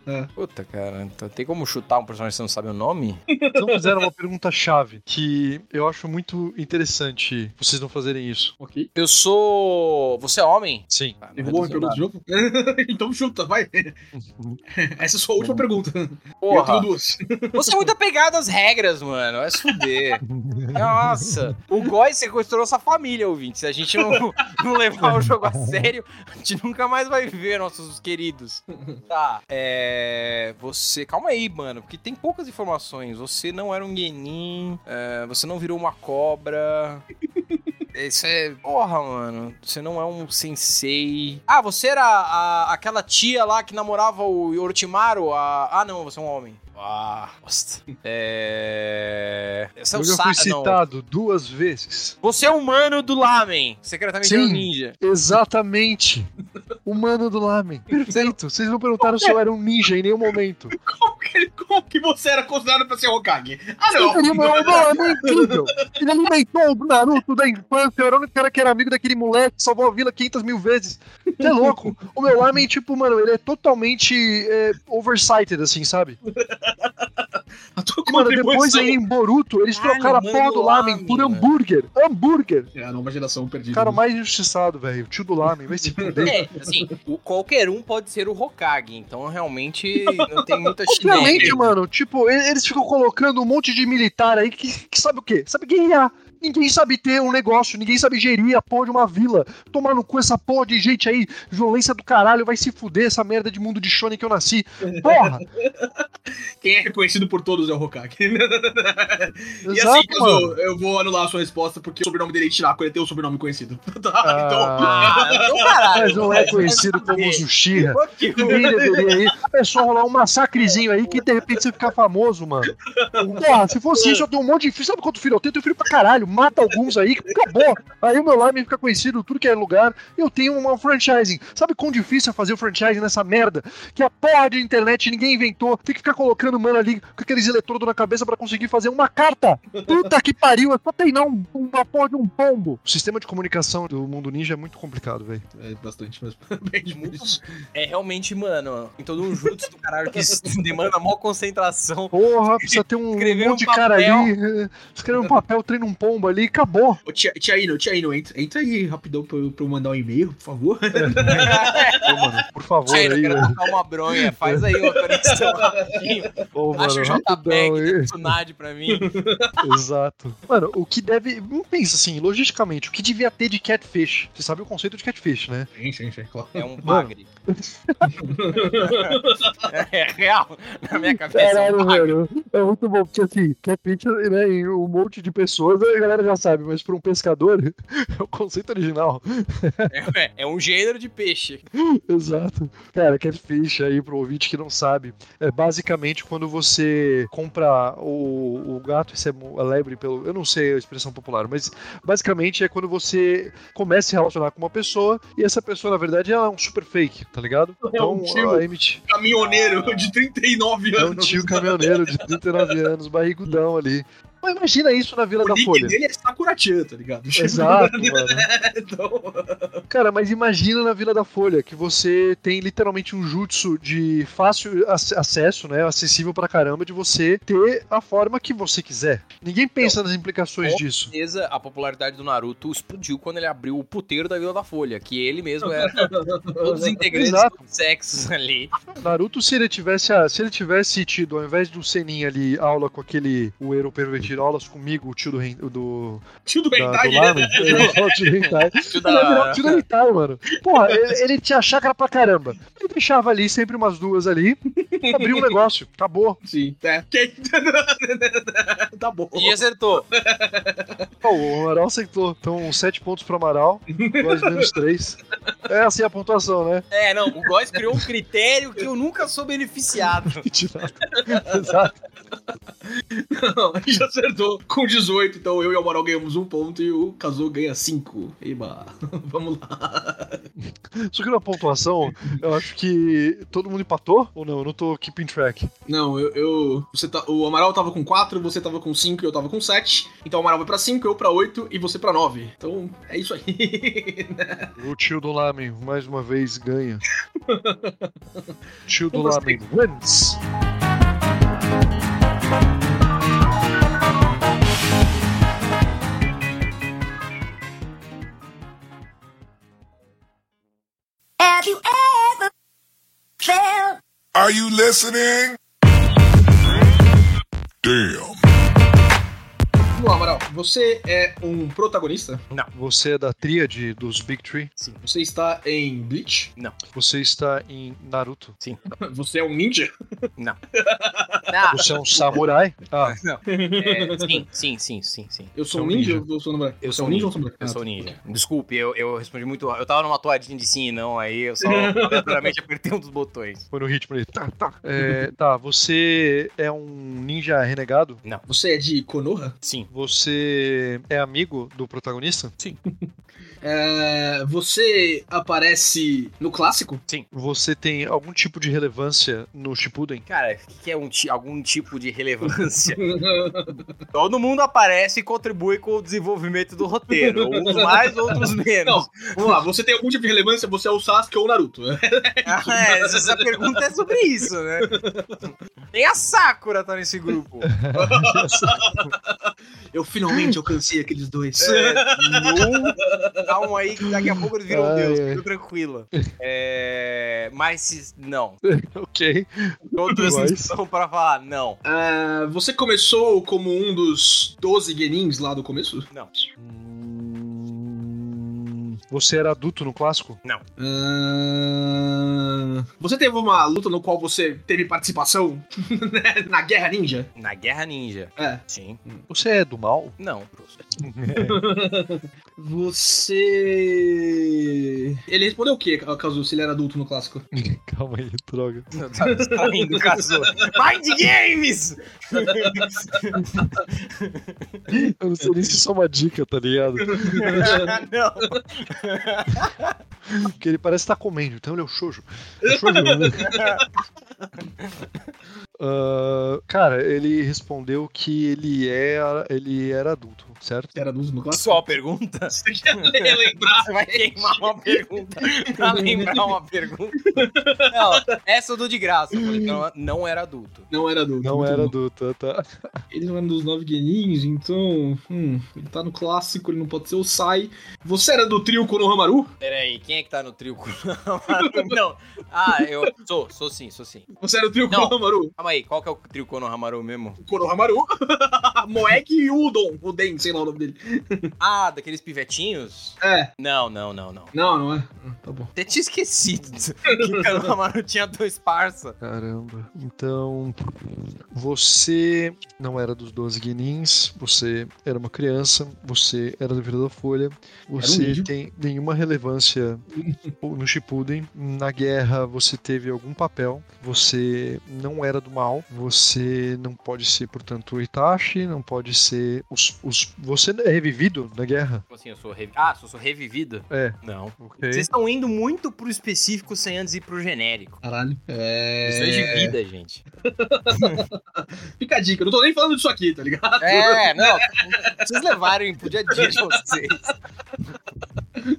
É. Puta, cara, então tem como chutar um personagem que você não sabe o nome? Então fizeram uma pergunta chave que eu acho muito interessante vocês não fazerem isso. Ok. Eu sou. Você é homem? Sim. Ah, não Derrubou o reduziu pergunta do nada. jogo? então chuta, vai. Essa é a sua última pergunta. Eu tenho Porra, duas. você é muito apegado às regras, mano. Vai se fuder. Nossa, o Góis sequestrou sua família, ouvinte. Se a gente não, não levar o jogo a sério, a gente nunca mais vai ver nossos queridos. Tá, é. Você. Calma aí, mano, porque tem poucas informações. Você não era um guenin, é, você não virou uma cobra. Isso é. Porra, mano. Você não é um sensei. Ah, você era a- aquela tia lá que namorava o Orochimaru? a- Ah, não, você é um homem. Ah, bosta. É. Você é Eu o já Sa... fui Não. citado duas vezes. Você é humano do Lamen. Secretamente é um Sim. ninja. Exatamente. O mano do Lamen. Perfeito. Vocês não perguntaram se eu era um ninja em nenhum momento. Como que, ele- como que você era considerado pra ser Hokage? Ah, não. Ele, mano, mano, é incrível. Ele alimentou o Naruto da infância. Eu era o único cara que era amigo daquele moleque que salvou a vila 500 mil vezes. Você é louco. O meu Lamen, tipo, mano, ele é totalmente é, oversighted, assim, sabe? A tua E, mano, depois contribuição- aí em Boruto, eles Caralho, trocaram a mano, porra do Lamen Lamen, por mano. hambúrguer. Hambúrguer. É a nova geração perdida. né? Cara, o mais injustiçado, velho. O tio do Lamen. Vai se fuder. É, assim, o- qualquer um pode ser o Hokage, então realmente não tem muita Obviamente, é chinela. mano, tipo, e- eles ficam colocando um monte de militar aí que, que sabe o quê? Sabe guerrear. Ninguém sabe ter um negócio, ninguém sabe gerir a porra de uma vila. Tomar no cu essa porra de gente aí, violência do caralho, vai se fuder essa merda de mundo de shonen que eu nasci. Porra! Quem é reconhecido por todos é o Hokage. Exato, mano. e assim, Kazu, eu vou anular a sua resposta porque o sobrenome dele é Ichiraku, ele tem um sobrenome conhecido. Tá, Ah, Ah, então caralho. Mas não é conhecido como Zushira. Ninguém deveria aí. É só rolar um massacrezinho aí que de repente você ficar famoso, mano. Porra, se fosse isso, eu tenho um monte de filho. Sabe quanto filho eu tenho? Eu tenho filho pra caralho. Mata alguns aí que acabou. Aí o meu lime fica conhecido em tudo que é lugar. Eu tenho uma franchising. Sabe quão difícil é fazer o franchising nessa merda? Que é a porra de internet ninguém inventou. Tem que ficar colocando mano ali com aqueles eletrodos na cabeça pra conseguir fazer uma carta. Puta que pariu. É só treinar um, uma porra de um pombo. O sistema de comunicação do mundo ninja é muito complicado, velho. então. É bastante, mas bem difícil. É realmente, mano, em todo um jutsu do caralho que isso demanda maior concentração. Porra, precisa ter um Escrever um monte de cara papel. ali. eh, Escrever um papel, treina um pombo. combo ali e acabou. Ô, Tia- Tiaino, Tiaino, entra, entra aí rapidão pra eu, pra eu mandar um e-mail, por favor. Pô, mano, por favor Tira, eu aí, quero velho. tocar uma bronha. Faz aí uma conexão rapidinho. Ô, Acha o mano, rapidão JPEG aí. do Tsunade pra mim. Exato. Mano, o que deve. Pensa assim, logisticamente, o que devia ter de catfish? Você sabe o conceito de catfish, né? Sim, sim, sim, claro. É um bagre. é real. Na minha cabeça é um Caralho, bagre. velho. É muito bom, porque assim, catfish, né, em um monte de pessoas, a galera já sabe, mas pra um pescador, é o conceito original. É, é um gênero de peixe. Exato. Cara, catfish aí pro ouvinte que não sabe. É basicamente quando você compra o, o gato, isso é mo- a lebre pelo. Eu não sei a expressão popular, mas basicamente é quando você começa a se relacionar com uma pessoa e essa pessoa, na verdade, ela é um super fake, tá ligado? É Então, um tio. a Emmett Caminhoneiro de 39 Ah. é um anos. tio caminhoneiro de 39 anos, barrigudão ali. Mas imagina isso na Vila o da nick Folha. dele é Sakuratian, tá ligado? Exato, mano. então, Cara, mas imagina na Vila da Folha que você tem literalmente um jutsu de fácil ac- acesso, né? Acessível pra caramba, de você ter a forma que você quiser. Ninguém pensa nas implicações ó, disso. certeza, a popularidade do Naruto explodiu quando ele abriu o puteiro da Vila da Folha, que ele mesmo era todos os integrantes Exato. dos sexos ali. Naruto, se ele tivesse, a- se ele tivesse tido, ao invés do Senin ali, aula com aquele o Ero pervertido, aulas comigo, o tio do, Ren- do, tio do da, Tá, do Hentai, né? Lamen, eu ia falar o tio do Hentai. Isso Ele ia virar o da- tio do Hentai, mano. Porra, ele, ele tinha chácara pra caramba. Ele deixava ali sempre umas duas ali, abriu o negócio, acabou. Sim. É. Que- tá bom. E acertou. Pô, o Amaral acertou. Então, 7 pontos pro Amaral, 2 menos 3. É assim a pontuação, né? É, não, o Góis criou um critério que eu nunca sou beneficiado. Exato. Não, ele já acertou com 18, então eu e o Amaral ganhamos um ponto e o Kazu ganha 5. Eba, vamos lá. Só que na pontuação, eu acho que todo mundo empatou ou não? Eu não tô keeping track. Não, eu. eu- você tá, o Amaral tava com 4, você tava com 5 e eu tava com 7. Então o Amaral vai pra 5, eu pra 8 e você pra 9. Então é isso aí. O tio do Lamen, mais uma vez, ganha. Tio do Como Lamen wins. Have you ever felt Are you listening? Damn. Vamos lá, Amaral. Você é um protagonista? Você é da tríade dos Big Tree. Sim. Você está em Bleach? Você está em Naruto. Você é um ninja? Não, Você é um samurai. Ah, não. É, sim, sim, sim, sim, sim. Eu sou Sou um um ninja, ou eu sou um samurai? Eu Você sou é um ninja. ou samurai? Eu Ah, sou tá. ninja. Desculpe, eu, eu respondi muito. Eu tava numa toadinha de sim e não aí, eu só aleatoriamente apertei um dos botões. foi no ritmo ali. Tá, tá. É, tá, você é um ninja renegado? Você é de Konoha? Sim. Você é amigo do protagonista? É, você aparece no clássico? Você tem algum tipo de relevância no Shippuden? Cara, o que que é um ti- algum tipo de relevância? Todo mundo aparece e contribui com o desenvolvimento do roteiro. Uns mais, outros menos. Vamos lá, você tem algum tipo de relevância? Você é o Sasuke ou o Naruto? né? Ah, é, essa pergunta é sobre isso, né? Nem a Sakura tá nesse grupo. Eu finalmente alcancei aqueles dois. É, nu. Calma aí, que daqui a pouco eles viram Ai, Deus, ai. fica tranquila. É, mas se, não, ok. todos Mas- estão pra falar não. Ah, você começou como um dos 12 genins lá do começo? Você era adulto no clássico? Ah, você teve uma luta no qual você teve participação né, na Guerra Ninja? Na Guerra Ninja. É. Sim. Você é do mal? Não, Bruce. Você. Ele respondeu o que, Kazu, se ele era adulto no clássico? Calma aí, droga. Não, tá distraindo o caso. Mind Games! Eu não sei nem se isso é uma dica, tá ligado? Ah, não. tá Porque ele parece estar comendo, então ele é o shoujo. É o shoujo, né? Ah, cara, ele respondeu que ele era, ele era adulto, certo? Era adulto no clássico? Só a pergunta? Você quer relembrar? Você vai queimar uma pergunta pra lembrar uma pergunta? Não, essa eu dou de graça. Eu falei, não, não era adulto. Não era adulto. Não muito era bom. adulto, tá? Ele não é um dos nove gueninhos, então. Hum, ele tá no clássico, ele não pode ser o Sai. Você era do trio Konohamaru? Peraí, quem é que tá no trio? não. Ah, eu sou, sou sim, sou sim. Você era do trio Não. Konohamaru? Calma aí, qual que é o trio Konohamaru mesmo? Konohamaru? Moek e Udon. Uden, sei lá o nome dele. Ah, daqueles pivetinhos? É. Não, não, não, não. Não, não é? Ah, Tá bom. Até tinha esquecido que o Konohamaru tinha dois parça. Caramba. Então, você não era dos 12 guinins, você era uma criança, você era da Vida da Folha, você índio. tem nenhuma relevância no Shippuden. Na guerra você teve algum papel, você não era do mal, você não pode ser, portanto, o Itachi, não pode ser os, os você é revivido na guerra. Tipo assim, eu sou revivido. Ah, sou, sou revivido? É. Não. Ok. Vocês estão indo muito pro específico sem antes ir pro genérico. Caralho. Questões É. de vida, gente. Fica a dica, eu não tô nem falando disso aqui, tá ligado? É, não. Vocês levaram pro dia a dia de vocês.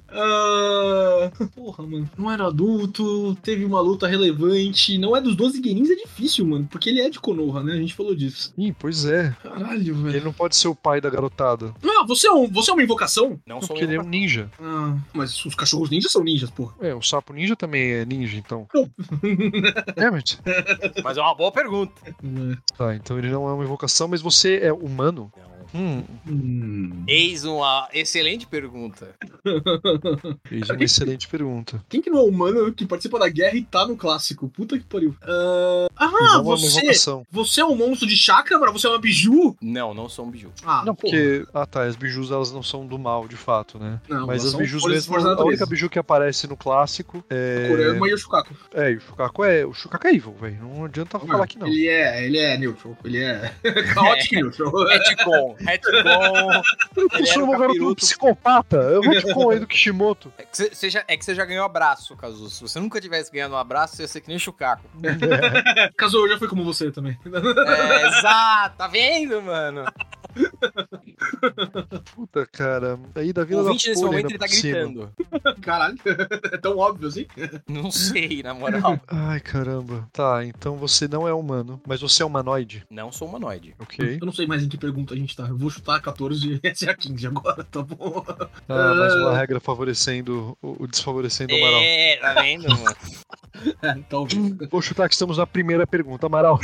Ah, Porra, mano. Não era adulto, teve uma luta relevante. Não é dos 12 guenins, é difícil, mano. Porque ele é de Konoha, né? A gente falou disso. Ih, pois é. Caralho, Ele velho. não pode ser o pai da garotada, não, você é, um, você é uma invocação? Não sou porque ele é um ninja. Ah, mas os cachorros ninjas são ninjas, porra. É, o sapo ninja também é ninja, então. Dammit. mas é uma boa pergunta. Tá, então ele não é uma invocação, mas você é humano? Não. Hum, Hum. Eis uma excelente pergunta. isso é uma excelente pergunta. Quem que não é humano que participa da guerra e tá no clássico? Puta que pariu. Ah, Ele ah, não é uma você, invocação. você é um monstro de chácara? Você é uma biju? Não, não sou um biju. Ah, Não, porra. porque. Ah, tá, as bijus elas não são do mal, de fato, né? Não, Mas elas as são bijus folhas de mesmo. força da A única natureza. biju que aparece no clássico é. Kurama e o Shukaku. É, e o Shukaku é. O Shukaku é evil, velho. Não adianta falar que não. Ele é, ele é neutral. Ele é caótico e neutral. Retcon, retcon. Eu Ele era sou um um garoto capiroto. psicopata. Eu vou te com aí do Kishimoto. É que você já, é que você já ganhou abraço, Cazu. Se você nunca tivesse ganhado um abraço, você ia ser que nem o Chucaco. Caso eu já fui como você também. É, exato, tá vendo, mano? Puta, cara. Aí da O Vila ouvinte da nesse Folha, ainda momento ele tá por cima. gritando. Caralho, é tão óbvio assim. Não sei, na moral. Ai, caramba. Tá, então você não é humano, mas você é humanoide, Não sou humanoide. ok? Eu não sei mais em que pergunta a gente tá. Eu vou chutar a 14 e essa é a 15 agora, tá bom? Ah, mais uma regra favorecendo o, o desfavorecendo o Amaral. É, tá vendo, mano? É, talvez. Vou chutar que estamos na primeira pergunta, Amaral.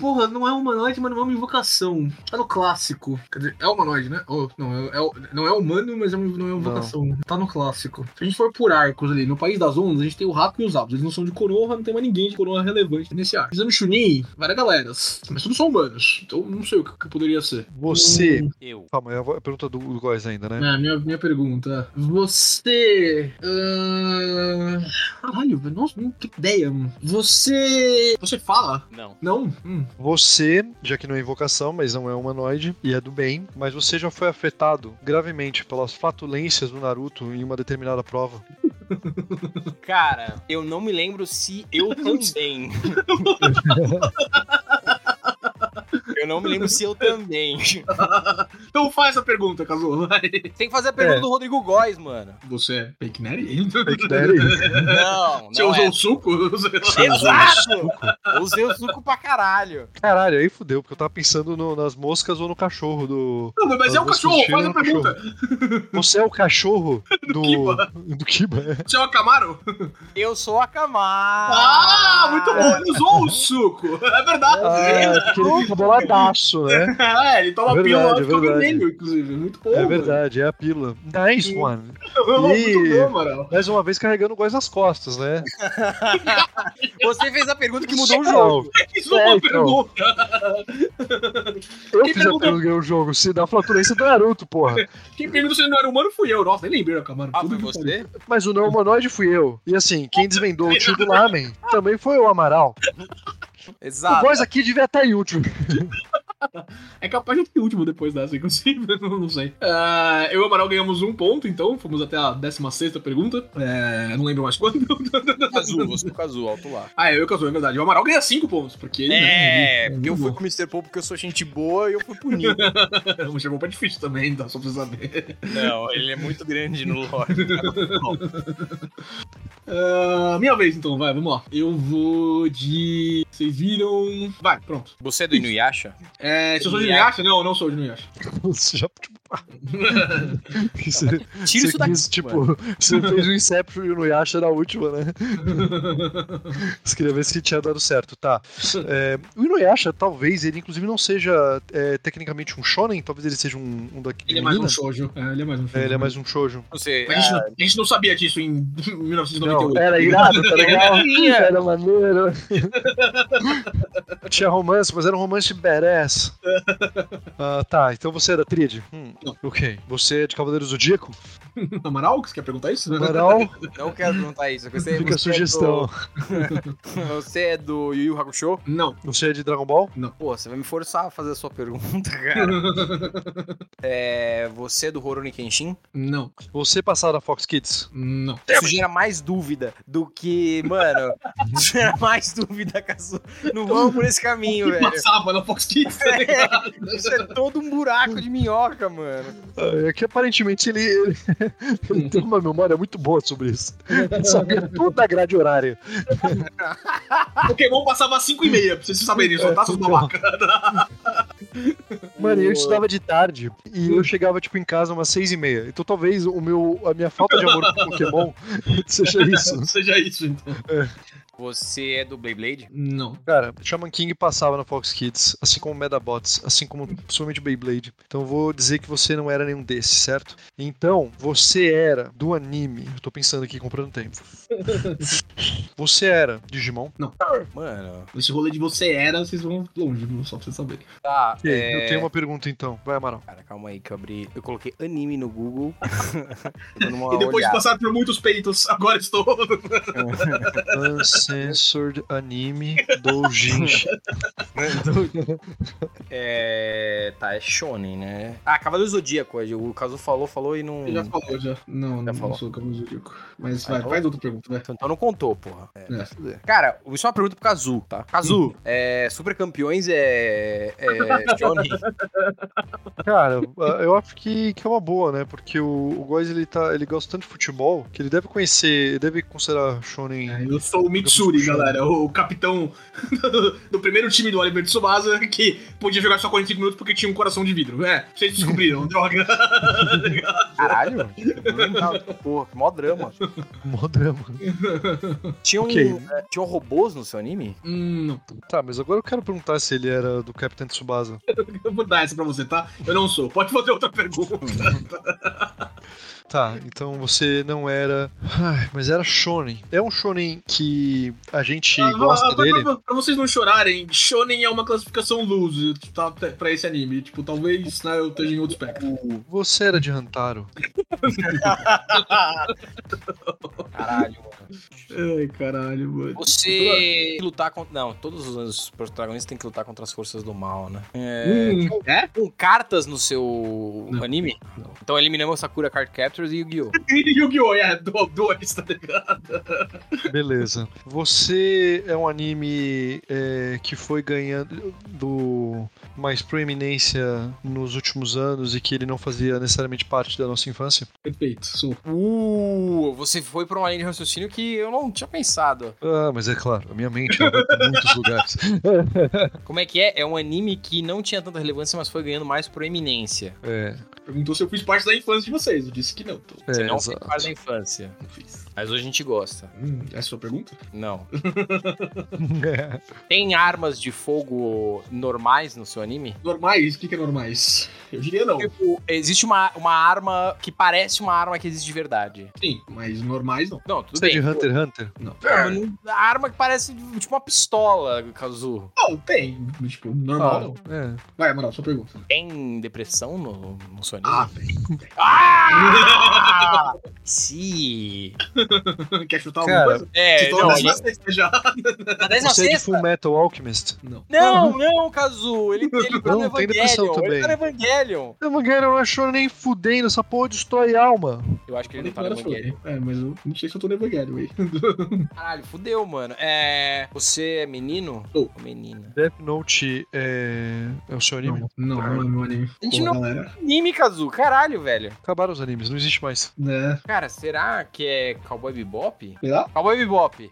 Porra, não é humanoide, mas não é uma invocação. Tá no clássico. Quer dizer, é humanoide, né? Ou, não, é, é- não é humano, mas é uma- não é uma invocação. Tá no clássico. Se a gente for por arcos ali, no País das Ondas, a gente tem o Raku e os Abos. Eles não são de Konoha, não tem mais ninguém de Konoha relevante nesse arco. Exame Chunin, várias galeras. Mas todos são humanos. Então não sei o que, que poderia ser. Você. Eu. Calma, é a pergunta do, do Góis ainda, né? É, minha, minha pergunta. Você. ahn, Caralho, velho, nossa, não que ideia. mano. Você. Você fala? Não. Não? Hum. Você, já que não é invocação, mas não é humanoide e é do bem, mas você já foi afetado gravemente pelas flatulências do Naruto em uma determinada prova. Cara, eu não me lembro se eu também. Eu não me lembro se eu também. Então faz essa pergunta, Cazu. Vai. Tem que fazer a pergunta É. do Rodrigo Góes, mano. Você é fake nerd? Fake daddy. Não, Você não usou é. o suco? Você- Exato! Usei o suco pra caralho. Caralho, aí fudeu, porque eu tava pensando no- nas moscas ou no cachorro do. Não, mas é das o moscas cachorro, que chegam faz a no pergunta. cachorro. Você é o cachorro do. do Kiba. Você é o Camaro? Eu sou a Camara. Ah, muito é. bom, ele usou o suco. É verdade. Ah, porque ele fica boladaço, né? É, ele toma É pílula, verdade, fica é verdade. vermelho, inclusive. Muito bom. É mano. verdade, é a pílula. Nice one. Muito bom, Amaral. Mais uma vez carregando o Góis nas costas, né? Você fez a pergunta que mudou o jogo. Isso é uma É, então. pergunta. Eu Quem fiz a perguntou? pílula o jogo, se dá flatulência é do Naruto, porra. Quem perguntou se ele não era humano fui eu. Nossa, nem lembrei da Camaro. Ah, Tudo foi que você? Mas o não é humanoide fui eu. E assim, quem desvendou o tio do Lamen também foi o Amaral. O Exato. voz aqui devia estar inútil. É capaz de eu ter o último depois dessa, inclusive. Não, não sei. Ah, eu e o Amaral ganhamos um ponto, então. Fomos até a 16 pergunta. É, não lembro mais quando. Cazu, você com o Cazu, alto lá. ah, é, eu e o Cazu, é verdade. O Amaral ganha 5 pontos, porque ele. É, porque eu fui com o Mr. Poe porque eu sou gente boa e eu fui punido. O Mr. Pope é difícil também, tá? Só pra você saber. Não, ele é muito grande no lore. Ah, minha vez, então, vai, vamos lá. Eu vou de. Vocês viram. Vai, pronto. Você é do Inuyasha? É, se eu sou de Inuyasha? Não, eu não sou de Inuyasha. Você já. é Tipo, você, Tira isso você daqui. quis, tipo, você fez o Inception e o Inuyasha na última, né? você queria ver se tinha dado certo, tá. É, o Inuyasha, talvez, ele inclusive não seja é, tecnicamente um shonen, talvez ele seja um, um daqui. Ele é mais um menina. shoujo. É, ele é mais um shoujo. É, ele é mais um shoujo. Você, ah, A gente, não, a gente não sabia disso em Não, 1998. era irado, tá legal? é. era maneiro. Tinha romance, mas era um romance de badass. Ah, tá, então você é da Tríade? Hum, ok. Você é de Cavaleiro Zodíaco? Amaral, que você quer perguntar isso? Amaral, não quero perguntar isso. é Você, fica a você sugestão. É do, você é do Yu Yu Hakusho? Não. Você é de Dragon Ball? Pô, você vai me forçar a fazer a sua pergunta, cara. é, você é do Horoni Kenshin? Não. Você passar da Fox Kids? Não. Isso gera mais dúvida do que, mano, isso gera mais dúvida, Cazu. Não vamos por esse caminho, Que velho. passava na Fox Kids, tá ligado? Isso é todo um buraco de minhoca, mano. Ah, É que aparentemente ele, ele- ele tem uma memória muito boa sobre isso. Ele sabia toda a grade horária. Pokémon passava às 5 e meia, pra vocês É, saberem, só tá seus babaca. Mano, eu estudava de tarde e eu chegava tipo em casa umas seis e meia. Então talvez o meu, a minha falta de amor por Pokémon seja isso. Seja isso, então. Você é do Beyblade? Não. Cara, Shaman King passava na Fox Kids, assim como Medabots, assim como principalmente Beyblade. Então eu vou dizer que você não era nenhum desses, certo? Então, você era do anime. Eu tô pensando aqui comprando tempo. Você era Digimon? Mano, Esse rolê de você era, vocês vão longe, viu? só pra vocês saberem. tá. Ok, Eu tenho uma pergunta então. Vai, Amaral. Cara, calma aí que eu abri. Eu coloquei anime no Google. Eu tô numa e depois olhada. de passar por muitos peitos, agora estou. Uncensored Anime Doujinshi. É. Tá, é Shonen, né? Ah, Cavaleiro Zodíaco. O Caso falou, falou e não. Ele já falou, já. Não, não, falou. sou o Camus Zodíaco. Mas Vai, vai, falou? faz outra pergunta, vai. Então não contou, porra. É, É. vai se fuder. Cara, isso é uma pergunta pro Kazu, tá? Kazu, é, Super Campeões é. É. Shonen. Cara, eu acho que, que é uma boa, né? Porque o, o Góes, ele, tá, ele gosta tanto de futebol que ele deve conhecer, ele deve considerar Shonen. É, Eu sou o Mitsuri, galera, o capitão do primeiro time do Oliver Tsubasa, que podia jogar só 45 minutos porque tinha um coração de vidro. É, vocês descobriram, droga. Caralho. não lembrava dessa Porra, que mó drama. Mó drama. Tinha um. Ok. é, tinha um robôs no seu anime? Hum, não. Tá, mas agora eu quero perguntar se ele era do Capitão Tsubasa. Eu vou dar essa pra você, tá? Eu não sou. Pode fazer outra pergunta. Tá, então você não era. Ai, mas era Shonen. É um Shonen que a gente gosta pra, dele. pra- pra vocês Ah, não chorarem, Shonen é uma classificação luz tá, tá- pra esse anime. Tipo, talvez né, eu esteja em outro espectro. Você era de Hantaro. Caralho, mano. Ai, caralho, mano. Você. tem que lutar contra. Não, todos os anos os protagonistas têm que lutar contra as forças do mal, né? É. Hum, é? Com cartas no seu Não. anime? Não. Então eliminamos Sakura Card Captors e Yu-Gi-Oh! Yu-Gi-Oh! É, do- dois, tá ligado? Beleza. Você é um anime é, que foi ganhando do- mais proeminência nos últimos anos e que ele não fazia necessariamente parte da nossa infância? Perfeito, sou. Uh, você foi pra uma linha de raciocínio que eu não tinha pensado. Ah, mas é claro, a minha mente ela vai pra muitos lugares. Como é que é? É um anime que não tinha tanta relevância, mas foi ganhando mais proeminência. É, Perguntou se eu fiz parte da infância de vocês. Eu disse que não, então é, Você não fez exato. parte da infância. não fiz. Mas hoje a gente gosta. Hum, essa é a sua pergunta? Não. É, Tem armas de fogo normais no seu anime? Normais? O que, que é normais? Eu diria não. Tipo, existe uma, uma arma que parece uma arma que existe de verdade. Sim, mas normais não. Não, tudo Você é de bem. Hunter x Hunter? Ah, mas não- A arma que parece tipo uma pistola, Kazu. Não, tem. Tipo, normal não. é. Vai, Amaral, sua pergunta. Tem depressão no, no seu anime? Ah, Ah! Se Quer chutar Cara, alguma coisa? É, Chutou não, na a gente- sexta já. na décima Você é de sexta. Full Metal Alchemist. Não, não, Kazu. Ele, ele tá Não, no tem depressão Evangelion. Ele tá no Evangelion. Evangelho não achou nem fudendo, essa porra destrói alma. Eu acho que ele não tá no Evangelion. É, mas eu não sei se eu tô no Evangelho aí. Caralho, fudeu, mano. É. Você é menino? Sou. Ou menina? Death Note é, é o seu anime? Não, não, não é meu anime. A gente Pô, não- Galera, Anime, Kazu. Caralho, velho. Acabaram os animes, não existe mais. né? Cara, será que é Cowboy Bebop? Sei lá. Cowboy Bebop.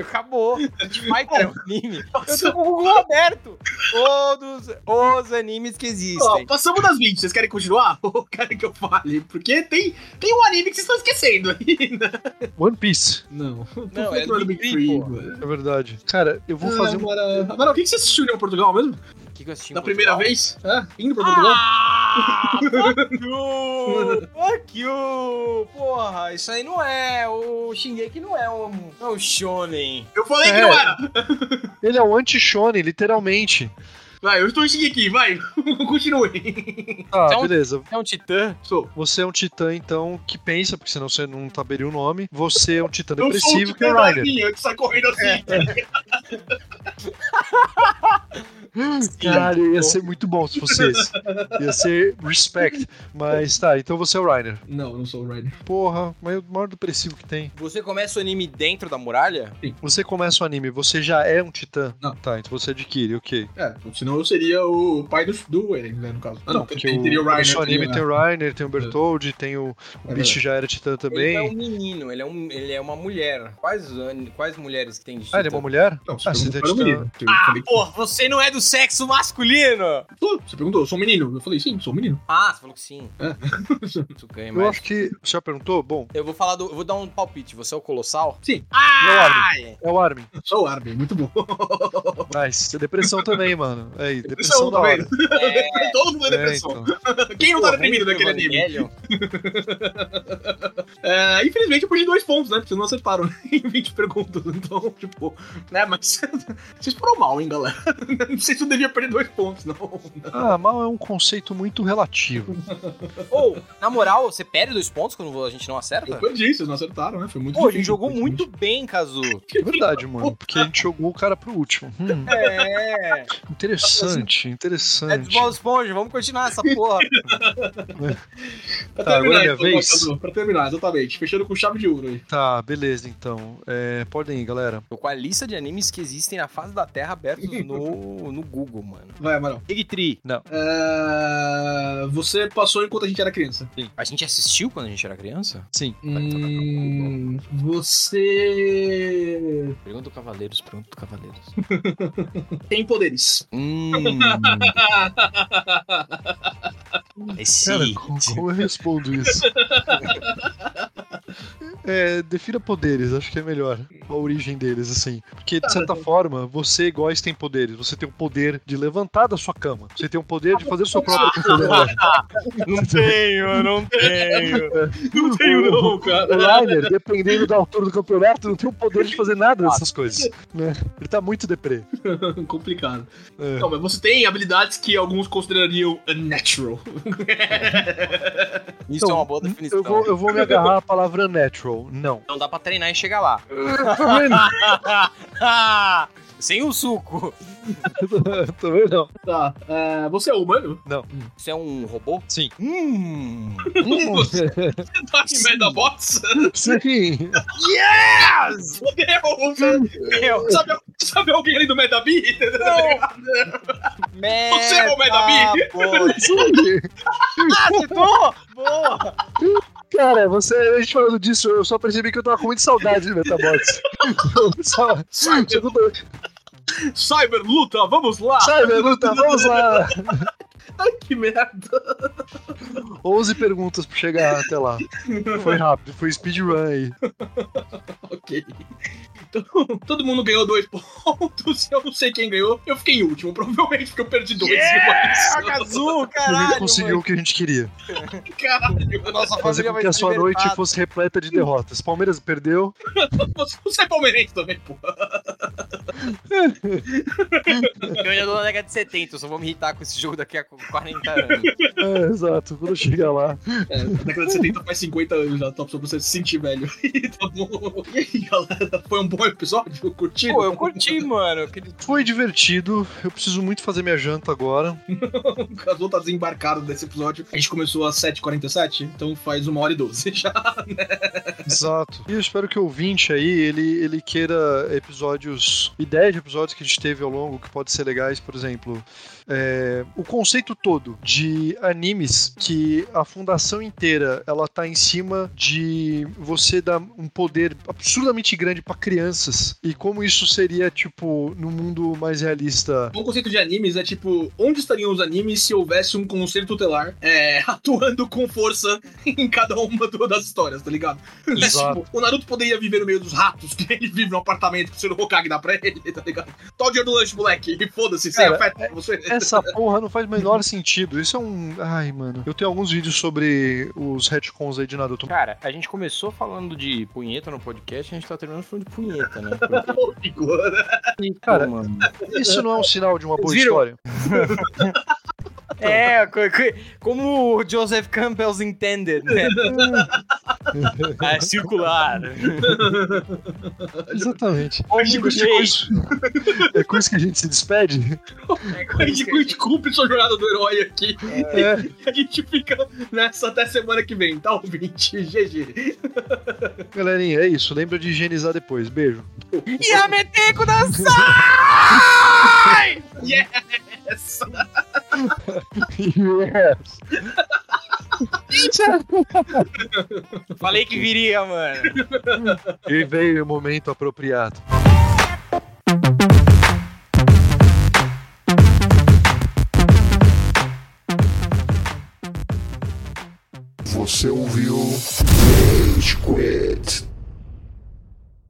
Acabou. Street Fighter é um anime. Eu tô com o Google aberto. Todos os animes que Ó, existem. passamos das 20, vocês querem continuar? Ou querem que eu fale? Porque tem, tem um anime que vocês estão esquecendo aí, né? One Piece, Não, Não, tô é falando do Big Big Three, Three, pô. mano. é verdade. Cara, eu vou Ah, fazer um. Agora, agora, o que que você assistiu em Portugal mesmo? O que, que eu assisti? em Da primeira Portugal? vez? Hã? É, Indo pra Portugal? Ah, fuck you! Fuck you! Porra, isso aí não é. O Shingeki não é um, não é um shonen. Eu falei que É. não era! Ele é o anti-shonen, literalmente. Tá. Vai, eu estou seguindo aqui, vai! Continue! Tá, Então- beleza. É um titã? Sou. Você é um titã, então, que pensa, porque senão você não saberia o nome. Você é um titã Eu sou o depressivo que é Titã o da Ryder. linha, que sai correndo assim. Caralho, ia ser muito bom se fosse esse. Ia ser respect. Mas tá, então você é o Ryder. Não, não sou o Ryder. Porra, mas é o maior depressivo que tem. Você começa o anime dentro da muralha? Você começa o anime, você já é um titã? Não. Tá, então você adquire, ok. É, senão eu seria o pai do, do Eren, né, no caso. Ah, não, porque o, teria o É. Ryder. no seu anime teria- tem o Reiner, tem o Bertold, tem o, o Beast já era titã Ele não é também. um menino, ele é, um, ele é uma mulher. Quais, an- quais mulheres que tem de Ah, ele é titã? uma mulher? Não, você Ah, você perguntou para tem o menino. Eu Ah, falei que- você não é do sexo masculino! Pô, Você perguntou, eu sou um menino. Eu falei, sim, sou um menino. Ah, você falou que sim. É. Isso ganha Eu mais. acho que. Você já perguntou? Bom, Eu vou falar do. Eu vou dar um palpite. Você é o colossal? Sim. Ah! é o Armin. Sou árabe, muito bom. Nice. É depressão também, mano. É Aí, Depressão depressão da hora. é um Todo mundo é É, depressão. então. Quem não tá deprimido Porra, naquele anime? Evangelion? É, infelizmente eu perdi dois pontos, né? Porque vocês não acertaram em 20 perguntas. Então, tipo, né? Mas vocês foram mal, hein, galera? Não sei se eu devia perder dois pontos, não. Ah, mal é um conceito muito relativo. Ou, na moral, você perde dois pontos quando a gente não Eu acerta? perdi, vocês não acertaram, né? Foi muito É. Pô, a gente difícil. jogou muito bem, Kazu. É verdade, mano. Porque a gente jogou o cara pro último. Hum, É. interessante, É interessante. Bob Esponja, vamos continuar essa porra. Pra Tá, agora é minha então, vez? Cadu, Pra terminar, exatamente. Fechando com chave de ouro aí. Tá, beleza, então. É, podem ir, galera. Tô com a lista de animes que existem na face da Terra abertos no, no Google, mano. Vai, Amaral. Big Tree. Não. É, Você passou enquanto a gente era criança. A gente assistiu quando a gente era criança? Sim. Hum, você Pergunta do Cavaleiros, pergunta do Cavaleiros. tem poderes. Hum. Esse... Cara, como, como eu respondo isso? É, defina poderes, acho que é melhor. A origem deles, assim. Porque, de certa forma, você, igual tem poderes. Você tem o poder de levantar da sua cama. Você tem o poder de fazer o seu próprio controle. Não tenho, não tenho. Não tenho, não, cara. O Liner, dependendo da altura do campeonato, não tem o poder de fazer Ah, nada dessas coisas. né? Ele tá muito deprê. Complicado. É. Não, mas você tem habilidades que alguns considerariam unnatural. Isso é uma boa definição. Então, Eu vou, eu vou me agarrar à palavra natural. Não. Não dá pra treinar e chegar lá. Sem o suco. Também não. Tá. é, você é humano? Você é um robô? Sim. Hum. Você tá em Metabots? Sim. Fudeu, velho. Meu. um sabe, sabe alguém ali do Metabi? Você é o Medabi? Metabot. Ah, acertou? Boa. Cara, você, a gente falando disso, eu só percebi que eu tava com muita saudade de Metabots. só, Cyber Cyber luta, vamos lá! luta, vamos lá! Ai, que merda! 11 perguntas pra chegar até lá. Foi rápido, foi speedrun aí. Ok. Então, todo mundo ganhou dois pontos. Eu não sei quem ganhou. Eu fiquei em último, provavelmente, porque eu perdi dois. Yeah, mas- Kazu, a caralho. gente conseguiu o que a gente queria. Caralho. mano. Nossa Fazer família com vai que a ser sua noite libertada. fosse repleta de derrotas. Palmeiras perdeu. Você- Você é palmeirense também, pô. é Eu ainda tô na década de 70, eu só vou me irritar com esse jogo daqui a 40 caralho. É, exato, quando chega lá. É, na década de 70 faz 50 anos já, top, só pra você se sentir velho. E tá bom. E aí, galera, foi um bom episódio? Curtiram? Pô, eu curti, mano. Aquele- Foi divertido. Eu preciso muito fazer minha janta agora. O Casou tá desembarcado desse episódio. A gente começou às 7h47, então faz uma hora e 12 já. Exato. E eu espero que o ouvinte aí, ele, ele queira episódios, ideias de episódios que a gente teve ao longo que pode ser legais, por exemplo, é, o conceito todo de animes que a fundação inteira, ela tá em cima de você dar um poder absurdamente grande pra crianças e como isso seria, tipo, no mundo mais realista. Um conceito de animes é tipo, onde estariam os animes se houvesse um conselho tutelar é, atuando com força em cada uma do- das histórias, tá ligado? Exato. Tipo, o Naruto poderia viver no meio dos ratos, que ele vive no apartamento que o Senhor Hokage dá pra ele, tá ligado? Tó o dia do lanche, moleque, e foda-se, sem Cara, é- afeta você. É Essa porra não faz o menor sentido. Isso é um. Ai, mano. Eu tenho alguns vídeos sobre os retcons aí de Naruto. Cara, a gente começou falando de punheta no podcast, a gente tá terminando falando de punheta, né? Porque, Ô, Igor. Cara, mano. Isso não é um sinal de uma boa Viram? história. É, co- co- como o Joseph Campbell's intended, né? é circular. Exatamente. Como jeito. É com isso que a gente se despede? A gente cumpre sua jornada do herói aqui. É, E a gente fica nessa até semana que vem, tá, ouvinte? GG. Galerinha, é isso. Lembra de higienizar depois. Beijo. Yameteco da Essa. Yes. Falei que viria, mano. E veio o momento apropriado. Você ouviu? Rage Quit.